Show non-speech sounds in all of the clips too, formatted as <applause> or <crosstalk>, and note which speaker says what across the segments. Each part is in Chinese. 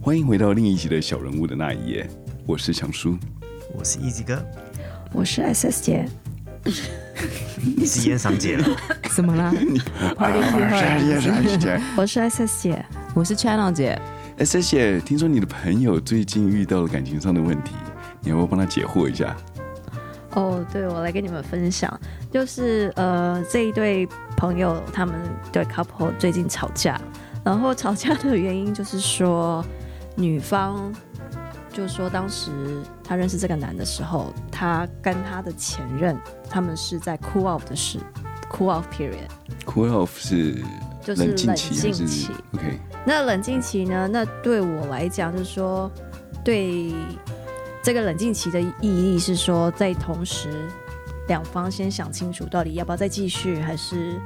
Speaker 1: 欢迎回到另一集的小人物的那一页，我是强叔。
Speaker 2: 我是一吉
Speaker 3: <laughs>
Speaker 2: 哥，
Speaker 3: 我是 SS 姐，
Speaker 2: 你是烟嗓姐了，
Speaker 4: 怎么
Speaker 3: <laughs>
Speaker 4: 啦？
Speaker 3: 花莲聚会，
Speaker 1: 谢谢
Speaker 3: 我是 SS 姐，
Speaker 4: 我是 Channel 姐，
Speaker 1: <laughs> 哎，谢谢。听说你的朋友最近遇到了感情上的问题，你要不要帮他解惑一下？
Speaker 3: 哦，对，我来跟你们分享，就是呃，这一对朋友他们对 couple 最近吵架，然后吵架的原因就是说，女方就说当时她认识这个男的时候，她跟她的前任他们是在 cool off 的事，cool off period，
Speaker 1: Cool off 是
Speaker 3: 就是
Speaker 1: 冷静
Speaker 3: 冷
Speaker 1: 期还
Speaker 3: 静
Speaker 1: 是
Speaker 3: 期。
Speaker 1: OK？
Speaker 3: 那冷静期呢？那对我来讲，就是说，对这个冷静期的意义是说，在同时两方先想清楚，到底要不要再继续，还是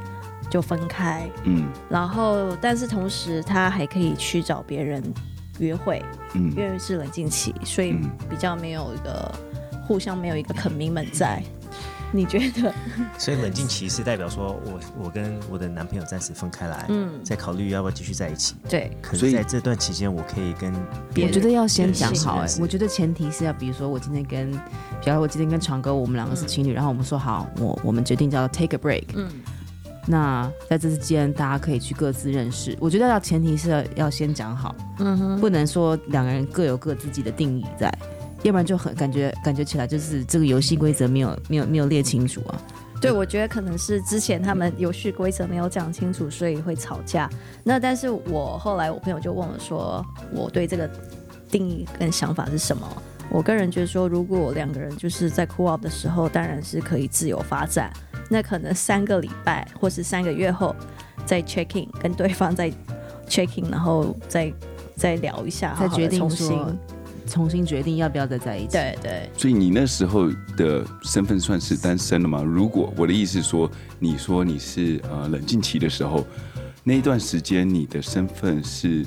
Speaker 3: 就分开。
Speaker 1: 嗯
Speaker 3: 然后，但是同时他还可以去找别人约会，
Speaker 1: 嗯
Speaker 3: 因为是冷静期，所以
Speaker 1: 嗯，
Speaker 3: 比较没有一个互相没有一个 commitment 在。你觉得？
Speaker 2: 所以冷静期是代表说我我跟我的男朋友暂时分开来，
Speaker 3: 嗯，
Speaker 2: 再考虑要不要继续在一起。
Speaker 3: 对，
Speaker 2: 可
Speaker 1: 所
Speaker 2: 是
Speaker 1: 以
Speaker 2: 在这段期间，我可以跟
Speaker 3: 别
Speaker 4: 我觉得要先
Speaker 3: 人
Speaker 4: 讲好哎、
Speaker 2: 是
Speaker 4: 我觉得前提是要，比如说我今天跟，比如我今天跟长哥，我们两个是情侣，然后我们说好，我我们决定叫 take a break，
Speaker 3: 嗯，
Speaker 4: 那在这之间大家可以去各自认识。我觉得要前提是要要先讲好，
Speaker 3: 嗯哼，
Speaker 4: 不能说两个人各有各自己的定义在，要不然就很感觉感觉起来就是这个游戏规则没有没有没有列清楚啊。
Speaker 3: 对，我觉得可能是之前他们游戏规则没有讲清楚，所以会吵架。那但是我后来我朋友就问我说，我对这个定义跟想法是什么？我个人觉得说，如果两个人就是在 cool off 的时候，当然是可以自由发展。那可能三个礼拜或是三个月后再 check in，跟对方再 check in，然后再再聊一下，
Speaker 4: 再决定
Speaker 3: 好好地重
Speaker 4: 说
Speaker 3: 新。
Speaker 4: 重新决定要不要再在一起。
Speaker 3: 对对，
Speaker 1: 所以你那时候的身份算是单身了吗？如果我的意思是说，你说你是呃冷静期的时候，那一段时间你的身份是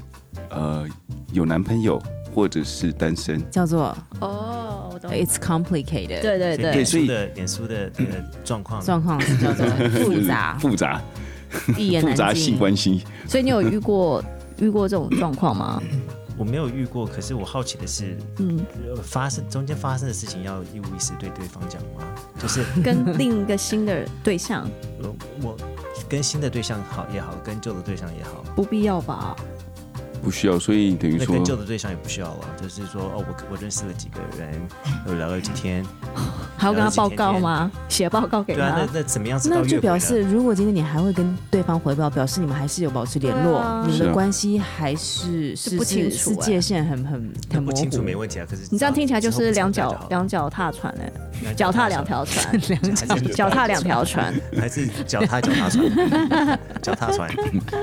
Speaker 1: 呃有男朋友或者是单身，
Speaker 4: 叫做
Speaker 3: 哦，我懂
Speaker 4: it's complicated。
Speaker 3: 对对对，
Speaker 2: 脸
Speaker 1: 所
Speaker 2: 书
Speaker 1: 以
Speaker 2: 的脸书的这个状况，
Speaker 4: 状况是叫做复
Speaker 1: <laughs>
Speaker 4: 杂，
Speaker 1: 复杂
Speaker 4: 一言
Speaker 1: 复
Speaker 4: 难
Speaker 1: 杂性
Speaker 4: 尽。
Speaker 1: 关系。
Speaker 3: 所以你有遇过遇过这种状况吗？
Speaker 2: 我没有遇过。可是我好奇的是，
Speaker 3: 嗯，
Speaker 2: 呃发生中间发生的事情要一五一十对对方讲
Speaker 3: <laughs>
Speaker 2: 吗？就是
Speaker 3: 跟另一个新的对象，
Speaker 2: 呃我跟新的对象好也好，跟旧的对象也好，
Speaker 3: 不必要吧？
Speaker 1: 不需要，所以等于
Speaker 2: 那
Speaker 1: 说
Speaker 2: 跟旧的对象也不需要了。就是说，哦，我我认识了几个
Speaker 3: <laughs>
Speaker 2: 人，我聊了几天，
Speaker 3: 还要跟他报告吗？写报告给
Speaker 2: 对啊，
Speaker 3: 他
Speaker 2: 那？那怎么样是到
Speaker 4: 那
Speaker 2: 约
Speaker 4: 就
Speaker 2: 会
Speaker 4: 表
Speaker 2: 呢
Speaker 4: 示，如果今天你还会跟对方回报，表示你们还是有保持联络，
Speaker 3: 对啊
Speaker 4: 你们
Speaker 1: 是啊
Speaker 4: 的关系还是是
Speaker 3: 不清楚
Speaker 4: 是
Speaker 3: 哎
Speaker 4: 界限很很
Speaker 2: 那
Speaker 4: 很
Speaker 2: 不
Speaker 4: 模
Speaker 2: 清楚
Speaker 4: 糊。
Speaker 2: 没问题啊。可是
Speaker 3: 你这样听起来就
Speaker 2: 之后
Speaker 3: 是
Speaker 2: 不
Speaker 3: 两
Speaker 2: 清楚
Speaker 3: 脚两脚踏船哎、
Speaker 2: 就好
Speaker 3: 脚踏两，条船，
Speaker 2: <laughs> 两脚踏船
Speaker 3: 脚踏两，条船。
Speaker 2: <laughs> 还是脚踏脚踏船，
Speaker 3: <laughs>
Speaker 2: 脚踏船，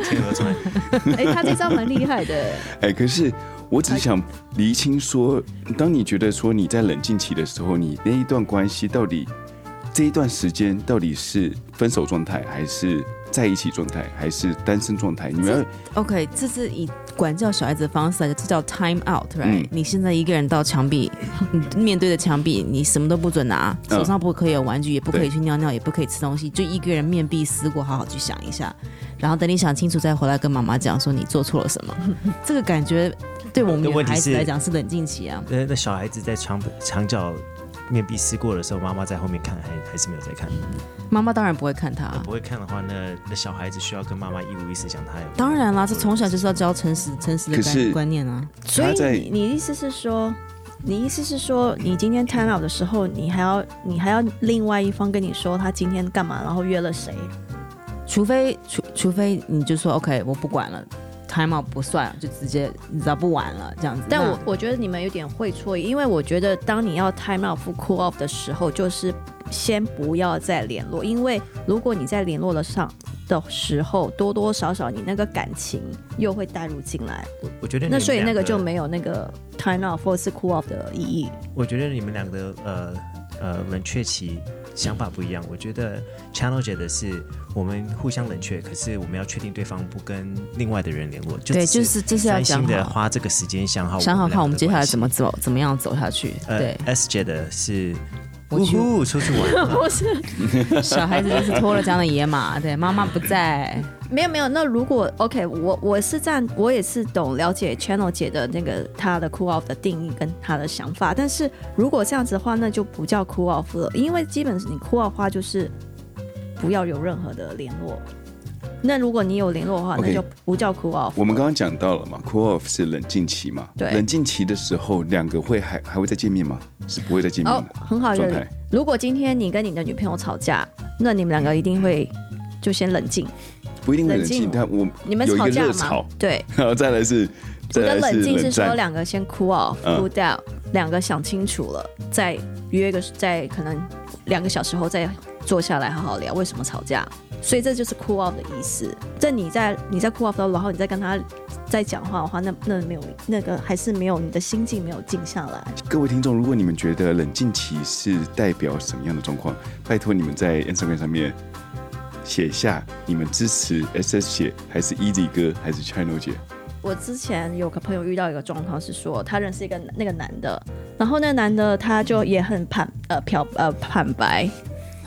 Speaker 2: 天鹅船。
Speaker 3: 哎、他这招蛮厉害的、
Speaker 1: 哎、可是我只是想厘清说，当你觉得说你在冷静期的时候，你那一段关系到底这一段时间到底是分手状态，还是在一起状态，还是单身状态？你们要
Speaker 4: OK，这是以管教小孩子的方式来，这叫 time out，right？、
Speaker 1: 嗯
Speaker 4: 你现在一个人到墙壁，
Speaker 1: <laughs>
Speaker 4: 你面对着墙壁，你什么都不准拿，
Speaker 1: 嗯
Speaker 4: 手上不可以有玩具，也不可
Speaker 1: 对
Speaker 4: 以去尿尿，也不可以吃东西，就一个人面壁思过，好好去想一下，然后等你想清楚再回来跟妈妈讲说你做错了什
Speaker 1: <laughs>
Speaker 4: 么。这个感觉对我们
Speaker 2: 那问
Speaker 4: 女
Speaker 2: 题
Speaker 4: 孩子
Speaker 2: 是
Speaker 4: 来讲是冷静期啊。
Speaker 2: 那那小孩子在墙墙角面壁思过的时候，妈妈在后面看，还还是没有在看。
Speaker 3: 啊
Speaker 4: 妈妈当然不会看他、啊
Speaker 2: 那不会看的话，那那小孩子需要跟妈妈一五一十讲他有。
Speaker 4: 当然啦，这从小就是要教诚实、诚实
Speaker 1: 可
Speaker 4: 的
Speaker 1: 是
Speaker 4: 观观念啊。
Speaker 3: 所
Speaker 1: 他在
Speaker 3: 以你你意思是说，你意思是说，你今天 time out 的时候，你还要你还要另外一方跟你说他今天干嘛，然后约了谁？
Speaker 4: 除非除除非你就说 OK，我不管了，time out 不算，啊就直接你知道不玩了这样子。
Speaker 3: 但
Speaker 4: 那
Speaker 3: 我我觉得你们有点会错意，因为我觉得当你要 time off cool off 的时候，就是先不要再联络，因为如果你在联络了上的时候，多多少少你那个感情又会带入进来，
Speaker 2: 我我觉得你
Speaker 3: 那
Speaker 2: 们
Speaker 3: 所以那
Speaker 2: 嗯两
Speaker 3: 个
Speaker 2: 个
Speaker 3: 就，没有那个 time off 或是 cool off 的意义。
Speaker 2: 我觉得你们两个的呃呃冷却期想法不一样。我觉得 Channel 姐的是我们互相冷却，可是我们要确定对方不跟另外的人联络，就
Speaker 4: 对，
Speaker 2: 只
Speaker 4: 就是这是要
Speaker 2: 专
Speaker 4: 讲
Speaker 2: 心的
Speaker 4: 好，
Speaker 2: 花这个时间想好
Speaker 4: 想好看我们接下来怎
Speaker 2: 么。
Speaker 4: 么走，怎么样走下去。
Speaker 2: 呃
Speaker 4: 对，
Speaker 2: ，S 姐的是，
Speaker 4: 我
Speaker 2: 呜
Speaker 4: 去 <laughs>
Speaker 2: 呼，出去玩，
Speaker 3: 不是，
Speaker 4: 小孩子就是拖了缰的野马，对，妈妈不在，
Speaker 3: 没有没有，那如果 OK，我我是站，我也是懂了解 Channel 姐的那个她的 cool off 的定义跟她的想法，但是如果这样子的话，那就不叫 cool off 了，因为基本你 cool off 的话就是不要有任何的联络。那如果你有联络的话，
Speaker 1: OK
Speaker 3: 那就不叫 cool off。
Speaker 1: 我们刚刚讲到了嘛，cool off 是冷静期嘛，
Speaker 3: 对
Speaker 1: 冷静期的时候，两个会还还会再见面吗？是不会再见面
Speaker 3: 哦
Speaker 1: 的，
Speaker 3: 很好
Speaker 1: 嗯状
Speaker 3: 认
Speaker 1: 态。
Speaker 3: 如果今天你跟你的女朋友吵架，那你们两个一定会就先冷静，
Speaker 1: 不一定会冷
Speaker 3: 冷
Speaker 1: 静，
Speaker 3: 静
Speaker 1: 但我
Speaker 3: 你们
Speaker 1: 有一个
Speaker 3: 吵架
Speaker 1: 热
Speaker 3: 嘛
Speaker 1: 吵，，
Speaker 3: 对，
Speaker 1: 然后再来是
Speaker 3: 我
Speaker 1: 再
Speaker 3: 的
Speaker 1: 来
Speaker 3: 冷静
Speaker 1: 冷
Speaker 3: 是说
Speaker 1: 战，
Speaker 3: 两个先 cool off、
Speaker 1: 嗯
Speaker 3: cool down，两个想清楚了，再约一个，在可能两个小时后再坐下来好好聊为什么吵架。所以这就是 cool off 的意思。这你在你在 cool off 的时候，然后你再跟他再讲话的话，那那没有那个还是没有你的心境没有静下来。
Speaker 1: 各位听众，如果你们觉得冷静期是代表什么样的状况，拜托你们在 Instagram 上面写下你们支持 SS 姐还是 Easy 哥还是 Channel 姐。
Speaker 3: 我之前有个朋友遇到一个状况是说，他认识一个那个男的，然后那个男的他就也很坦呃漂呃坦白，
Speaker 1: <laughs>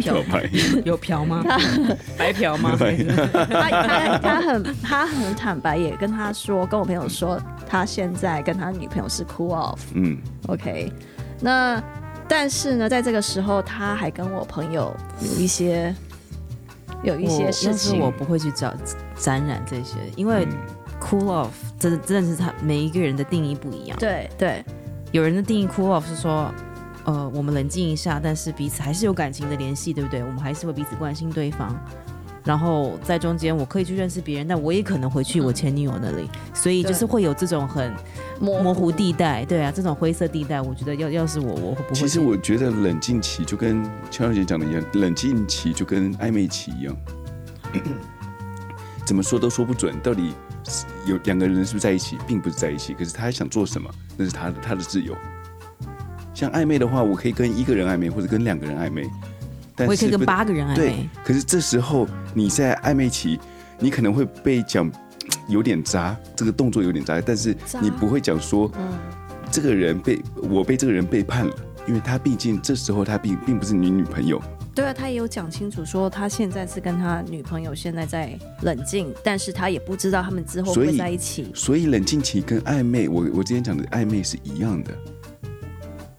Speaker 1: 漂白，
Speaker 4: 有
Speaker 3: <laughs>
Speaker 4: 嫖吗？白嫖吗？
Speaker 3: 他他他很他很坦白，也跟他说，跟我朋友说，他现在跟他女朋友是 cool off。
Speaker 1: 嗯，
Speaker 3: OK，那但是呢，在这个时候，他还跟我朋友有一些有一些
Speaker 4: 我
Speaker 3: 事
Speaker 4: 要是
Speaker 3: 情
Speaker 4: 我。不会去找沾染这些，因为
Speaker 1: 嗯
Speaker 4: cool off 真的真的是他每一个人的定义不一样。
Speaker 3: 对对
Speaker 4: 有人的定义 cool off 是说，呃，我们冷静一下，但是彼此还是有感情的联系，对不对？我们还是会彼此关心对方。然后在中间，我可以去认识别人，但我也可能回去我前女友那里，所以就是
Speaker 3: 对
Speaker 4: 会有这种很
Speaker 3: 模
Speaker 4: 模糊地带，对啊，这种灰色地带，我觉得要要是我，我会不会去？
Speaker 1: 其实我觉得冷静期就跟乔小姐讲的一样，冷静期就跟暧昧期一样， <clears throat> 怎么说都说不准，到底是有两个人是不是在一起，并不是在一起，可是他想做什么，那是他的他的自由。像暧昧的话，我可以跟一个人暧昧，或者跟两个人暧昧，但
Speaker 4: 我也可
Speaker 1: 是
Speaker 4: 以跟
Speaker 1: 不
Speaker 4: 八个人暧
Speaker 1: 对
Speaker 4: 昧，，
Speaker 1: 可是这时候你在暧昧期，你可能会被讲有点渣，这个动作有点渣，但是
Speaker 3: 渣
Speaker 1: 你不会讲说，
Speaker 4: 嗯
Speaker 1: 这个人被我被这个人背叛了，因为他毕竟这时候他并并不是你女朋友，
Speaker 3: 对啊，他也有讲清楚说，他现在是跟他女朋友现在在冷静，但是他也不知道他们之后
Speaker 1: 所以
Speaker 3: 会在一起。
Speaker 1: 所以冷静期跟暧昧，我我之前讲的暧昧是一样的。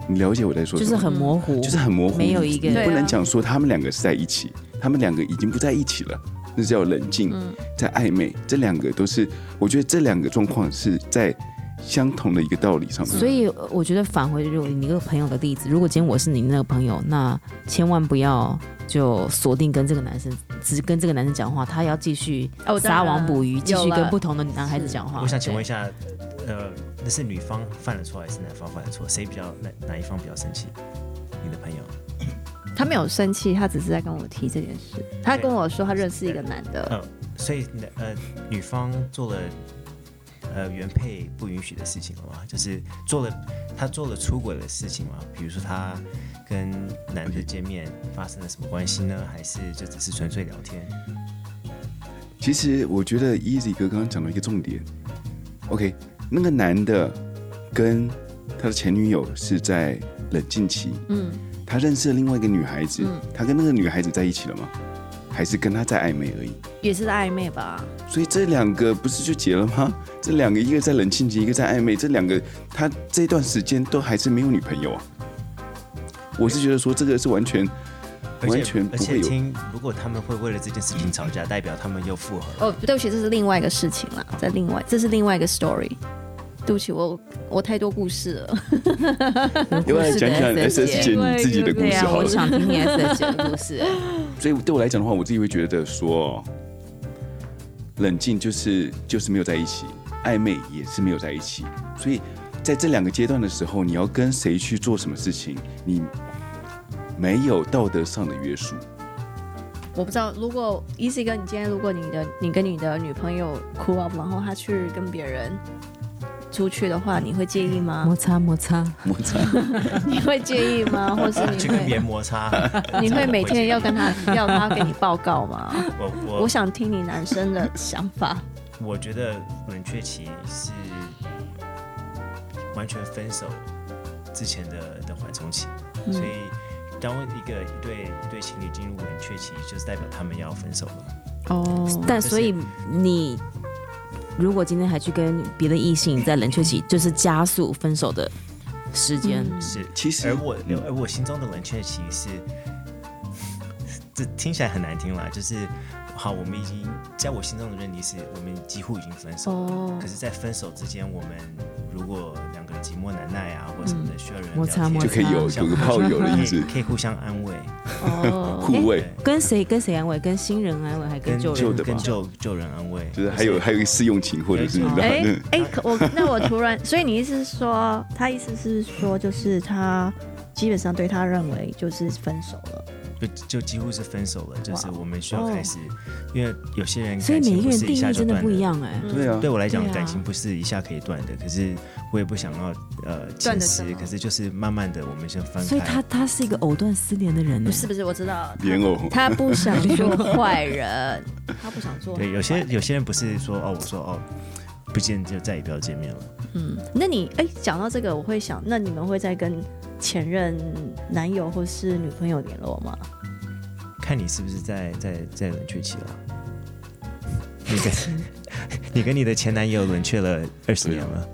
Speaker 1: 你了解我在说
Speaker 4: 就
Speaker 1: 什
Speaker 4: 是
Speaker 1: 么？
Speaker 4: 很模糊，
Speaker 1: 就是很模糊，
Speaker 4: 没有一个
Speaker 1: 你
Speaker 3: 对啊
Speaker 1: 不能讲说他们两个是在一起，他们两个已经不在一起了，那叫冷静，
Speaker 4: 嗯
Speaker 1: 在暧昧，这两个都是，我觉得这两个状况是在相同的一个道理上面。
Speaker 4: 所
Speaker 2: 嗯
Speaker 4: 以呃我觉得返回如果你那个朋友的例子，如果今天我是你那个朋友，那千万不要就锁定跟这个男生，只跟这个男生讲话，他要继续
Speaker 2: 啊
Speaker 3: 哦当然
Speaker 4: 撒网捕鱼，继续
Speaker 3: 有
Speaker 4: 跟
Speaker 3: 了
Speaker 4: 不同的男孩子讲话。
Speaker 2: 我想请问一下，呃，那是女方犯了错还是男方犯了错？谁比较哪哪一方比较生气？你的朋友
Speaker 3: 他没有生气，他只是在跟我提这件事。他跟我说，他认识一个男的，
Speaker 2: 所以呃，女方做了呃原配不允许的事情了吗？就是做了她做了出轨的事情吗？比如说她跟男的见面发生了什么关系呢？还是就只是纯粹聊天？
Speaker 1: 其实我觉得 Easy 哥刚刚讲到一个重点，OK，那个男的跟他的前女友是在冷静期，
Speaker 3: 嗯，
Speaker 1: 他认识了另外一个女孩子，
Speaker 4: 嗯
Speaker 1: 他跟那个女孩子在一起了吗？还是跟他在暧昧而已？
Speaker 3: 也是在暧昧吧？
Speaker 1: 所以这两个不是就结了吗？这两个一个在冷静期，一个在暧昧，这两个他这段时间都还是没有女朋友啊。我是觉得说这个是完全
Speaker 2: 而且
Speaker 1: 完全不
Speaker 2: 而
Speaker 1: 会
Speaker 2: 且
Speaker 1: 有
Speaker 2: 听，如果他们会为了这件事情吵架，代表他们又复合了。
Speaker 3: 哦，对不起，这是另外一个事情啦，在另外，这是另外一个 story。对不起，我我太多故事了。
Speaker 1: 要不然讲讲 S
Speaker 4: SS
Speaker 1: S 姐你自己的故
Speaker 4: 对
Speaker 1: 事
Speaker 4: 啊，
Speaker 1: 好
Speaker 4: 我
Speaker 1: 了。
Speaker 4: 想听你 S S 姐的故
Speaker 2: <laughs>
Speaker 4: 事。嗯
Speaker 1: 所以对我来讲的话，我自己会觉得说，冷静就是就是没有在一起，暧昧也是没有在一起。所以在这两个阶段的时候，你要跟谁去做什么事情，你没有道德上的约束。
Speaker 3: 我不知道，如果 Easy 哥，你今天如果你的你跟你的女朋友哭啊，然后她去跟别人出去的话，你会介意吗
Speaker 4: 摩？擦摩擦，
Speaker 1: 摩擦，
Speaker 3: 你会介意吗？或是你
Speaker 2: 去跟别
Speaker 3: 会
Speaker 2: 人摩擦，
Speaker 3: 你会每天要跟她要她给你报告吗？
Speaker 2: 我
Speaker 3: <laughs>
Speaker 2: 我
Speaker 3: 我想听你男生的想法。
Speaker 2: 我觉得冷却期是完全分手之前的的缓冲期，所以当一个一对一对情侣进入冷却期，就是代表他们要分手了。
Speaker 3: 哦
Speaker 4: 但
Speaker 2: 就是
Speaker 4: 所以你如果今天还去跟别的异性在冷却
Speaker 2: 嗯
Speaker 4: 期，就是加速分手的时间。
Speaker 2: 是，
Speaker 1: 其实
Speaker 4: 哎
Speaker 2: 而我
Speaker 1: 嗯
Speaker 2: 而我心中的冷却期是，这听起来很难听啦，就是好，我们已经在我心中的认定是我们几乎已经分手了，
Speaker 3: 哦
Speaker 2: 可是，在分手之间，我们如果两个人寂寞难耐啊，或什么的，需要有人
Speaker 4: 嗯摩
Speaker 2: 聊
Speaker 4: 擦
Speaker 2: 天
Speaker 4: 摩
Speaker 1: 就可以有
Speaker 2: 像
Speaker 1: 有个炮友的意思
Speaker 2: 可以可以互相安慰，
Speaker 3: 哦，
Speaker 1: 护卫，
Speaker 2: 对
Speaker 4: 跟谁跟谁安慰？跟新人安慰，还跟
Speaker 2: 跟
Speaker 4: 旧
Speaker 1: 旧
Speaker 4: 人
Speaker 1: 的吧
Speaker 2: 跟旧旧人安慰，
Speaker 1: 就是还有还有一个试用情，或者是你知道，
Speaker 3: 哎
Speaker 1: 嗯
Speaker 3: 哎，可我那我突然，所以你意思是说，他意思是说，就是他基本上对他认为就是分手了，
Speaker 2: 就就几乎是分手了，就是
Speaker 3: 哇
Speaker 2: 我们需要
Speaker 3: 哦
Speaker 2: 开始，因为有些人
Speaker 4: 所以
Speaker 2: 感
Speaker 4: 每
Speaker 2: 情
Speaker 4: 一个
Speaker 2: 不
Speaker 4: 人
Speaker 2: 是
Speaker 4: 定
Speaker 2: 一下
Speaker 4: 义
Speaker 2: 就
Speaker 4: 真的
Speaker 2: 断
Speaker 4: 不一
Speaker 2: 了。
Speaker 4: 样哎、
Speaker 1: 对啊
Speaker 2: 对，我来讲，
Speaker 4: 对啊
Speaker 2: 感情不是一下可以断的，可是我也不想要呃侵
Speaker 3: 断得
Speaker 2: 蚀
Speaker 3: 这，么
Speaker 2: 可是就是慢慢的我们先分开。
Speaker 4: 所以他他是一个藕断丝连的人、欸，
Speaker 3: 不是不是，我知道，他
Speaker 1: 莲藕，
Speaker 3: 他不想做坏人，他不想做。
Speaker 2: 对有些有些人不是说哦，我说哦，不见就再也不要见面了。
Speaker 3: 嗯，那你哎，讲到这个，我会想，那你们会再跟前任男友或是女朋友联络吗？
Speaker 2: 看你是不是在在在冷却期了。 <laughs> 你跟 <laughs> 你跟你的前男友冷却了二十年
Speaker 1: <laughs>
Speaker 2: 了，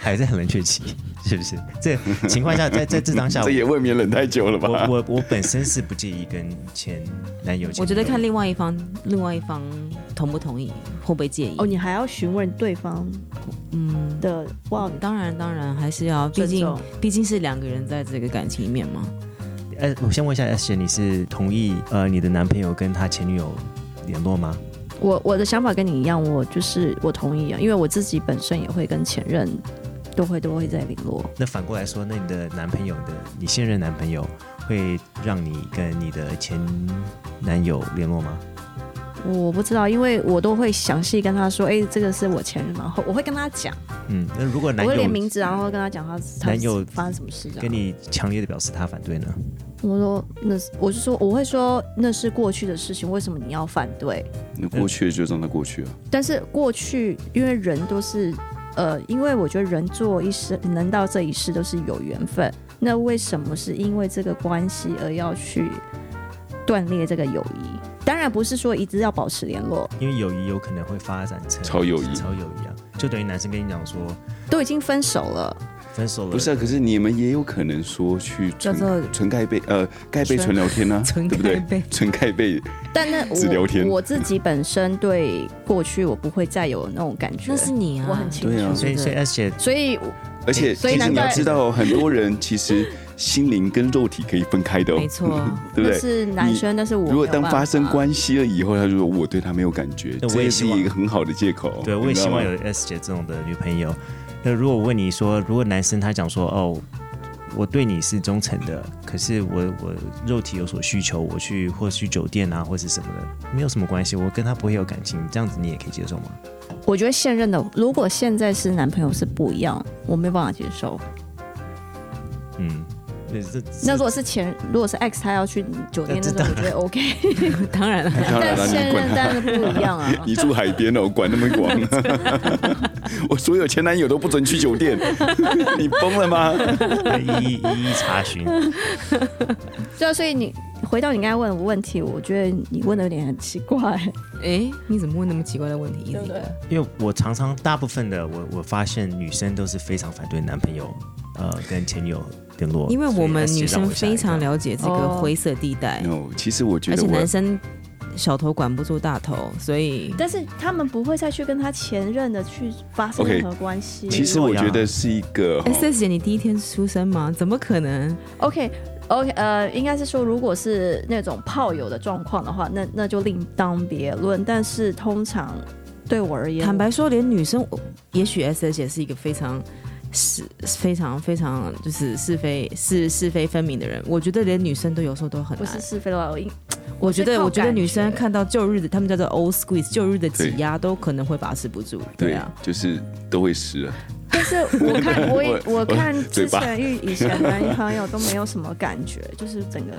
Speaker 2: 还在冷却期，是不是？这情况下，在在这当下，
Speaker 1: 这也
Speaker 2: 我
Speaker 1: 未免冷太久了吧？
Speaker 2: 我我本身是不介意跟前男友。
Speaker 4: 我觉得看另外一方，另外一方同不同意，会不会介意？
Speaker 3: 哦，你还要询问对方
Speaker 4: 嗯，
Speaker 3: 的哇，
Speaker 4: 当然当然还是要，毕
Speaker 3: 尊
Speaker 4: 竟
Speaker 3: 重
Speaker 4: 毕竟是两个人在这个感情里面嘛。
Speaker 2: 呃，我先问一下 S 姐，你是同意呃你的男朋友跟他前女友联络吗？
Speaker 3: 我我的想法跟你一样，我就是我同意啊，因为我自己本身也会跟前任都会都会在联络。
Speaker 2: 那反过来说，那你的男朋友的你现任男朋友会让你跟你的前男友联络吗？
Speaker 3: 我不知道，因为我都会详细跟他说，哎、这个是我前任，然后我会跟他讲，
Speaker 2: 嗯，那如果男
Speaker 3: 我会
Speaker 2: 友
Speaker 3: 连名字，然后跟他讲他他
Speaker 2: 男友
Speaker 3: 发生什么事这样。
Speaker 2: 跟你强烈的表示他反对呢？
Speaker 3: 我说那是，我是说我会说那是过去的事情，为什么你要反对？
Speaker 1: 那过去就让它过去啊。
Speaker 3: 但是过去因为人都是，呃，因为我觉得人做一生能到这一世都是有缘分，那为什么是因为这个关系而要去断裂这个友谊？当然不是说一直要保持联络，
Speaker 2: 因为友谊有可能会发展成
Speaker 1: 超友谊
Speaker 2: 超友谊啊，就等于男生跟你讲说
Speaker 3: 都已经分手了，
Speaker 2: 分手了，
Speaker 1: 不是啊，可是你们也有可能说去
Speaker 4: 叫做
Speaker 1: 纯纯盖被呃盖被
Speaker 4: 纯
Speaker 1: 纯聊天
Speaker 3: <laughs>
Speaker 1: 啊，
Speaker 4: 纯
Speaker 1: 对不对
Speaker 4: 盖被？
Speaker 1: 纯盖被
Speaker 3: 但
Speaker 1: <laughs>
Speaker 3: 那
Speaker 1: 只聊
Speaker 3: 我
Speaker 1: 天
Speaker 3: 我自己本身对过去我不会再有那种感觉
Speaker 4: <laughs> 那，是你啊，
Speaker 3: 我很清
Speaker 1: 对啊
Speaker 3: 楚，
Speaker 2: 所以所以 S 姐
Speaker 3: 所以
Speaker 1: 而且
Speaker 3: 所以
Speaker 1: 其实
Speaker 3: 难
Speaker 1: 你
Speaker 3: 怪
Speaker 1: 要知道哦，很多人其实心灵跟肉体可以分开的哦
Speaker 4: 没，错。
Speaker 1: 对不对？
Speaker 3: 那是男生，但是我
Speaker 1: 如果
Speaker 3: 没有
Speaker 1: 当
Speaker 3: 办
Speaker 1: 发生
Speaker 3: 法
Speaker 1: 关系了以后，他就说我对他没有感觉，
Speaker 2: 那我
Speaker 1: 这
Speaker 2: 也
Speaker 1: 也
Speaker 2: 希
Speaker 1: 是
Speaker 2: 望
Speaker 1: 一个很好的借口。
Speaker 2: 对，我也希望
Speaker 1: 你知道
Speaker 2: 有
Speaker 1: 吗
Speaker 2: S 姐这种的女朋友。那如果我问你说，如果男生他讲说，哦，我对你是忠诚的，可是我我肉体有所需求，我去或去酒店啊，或是什么的，没有什么关系，我跟他不会有感情，这样子你也可以接受吗？
Speaker 3: 我觉得现任的，如果现在是男朋友是不一样，我没有办法接受。
Speaker 2: 嗯，那这
Speaker 3: 那如果是前，如果是 X，他要去酒店那
Speaker 2: 那
Speaker 3: 种，
Speaker 2: 这
Speaker 3: 我觉得 OK。
Speaker 4: 当然了，
Speaker 1: 呃 <laughs> 当然
Speaker 3: 但
Speaker 1: 了，
Speaker 3: 现
Speaker 1: 你管
Speaker 3: 任
Speaker 1: 他，。
Speaker 3: 当然不一样啊
Speaker 1: <laughs> 你住海边哦，管那么广。我所有前男友都不准去酒店，你疯了吗？
Speaker 2: 一一一一查询，
Speaker 3: 对啊，所以你回到你刚才问的问题，我觉得你问的有点很奇怪，
Speaker 4: <laughs> 哎，你怎么问那么奇怪的问题？一
Speaker 3: 对不对？
Speaker 2: 因为我常常大部分的我我发现女生都是非常反对男朋友，呃，跟前女友联络，
Speaker 4: 因为我们
Speaker 2: 所以
Speaker 4: 女
Speaker 2: S 姐让
Speaker 4: 生
Speaker 2: 我吓一
Speaker 4: 非常
Speaker 2: 跳
Speaker 4: 了解这个
Speaker 3: 哦
Speaker 4: 灰色地带，
Speaker 1: no，其哎实我觉
Speaker 4: 哎而
Speaker 1: 得
Speaker 4: 且
Speaker 1: 我
Speaker 4: 男生小头管不住大头，所以
Speaker 3: 但是他们不会再去跟他前任的去发生
Speaker 1: OK，
Speaker 3: 任何关系。
Speaker 1: 其实我觉得是一个哦
Speaker 4: 哎 S 姐，你第一天出生吗？怎么可能？
Speaker 3: OK。OK，呃，应该是说，如果是那种炮友的状况的话，那那就另当别论。但是通常对我而言，
Speaker 4: 坦白说，连女生，也许 S S 姐是一个非常是非常非常就是是非是是非分明的人。我觉得连女生都有时候都很
Speaker 3: 不
Speaker 4: 难
Speaker 3: 是。是非了，我应
Speaker 4: 我觉
Speaker 3: 是
Speaker 4: 得，
Speaker 3: 靠
Speaker 4: 我觉得
Speaker 3: 感
Speaker 4: 女生
Speaker 3: 觉
Speaker 4: 看到旧日的，他们叫做 old squeeze，旧日的挤压都可能会把持不住。对
Speaker 1: 对
Speaker 4: 啊，，
Speaker 1: 就是都会湿啊。
Speaker 3: 但是我看
Speaker 1: <laughs>
Speaker 3: 我也
Speaker 1: 我
Speaker 3: 我看
Speaker 1: 嘴
Speaker 3: 之
Speaker 1: 巴
Speaker 3: 前遇以前男朋友都没有什么感觉，就是整个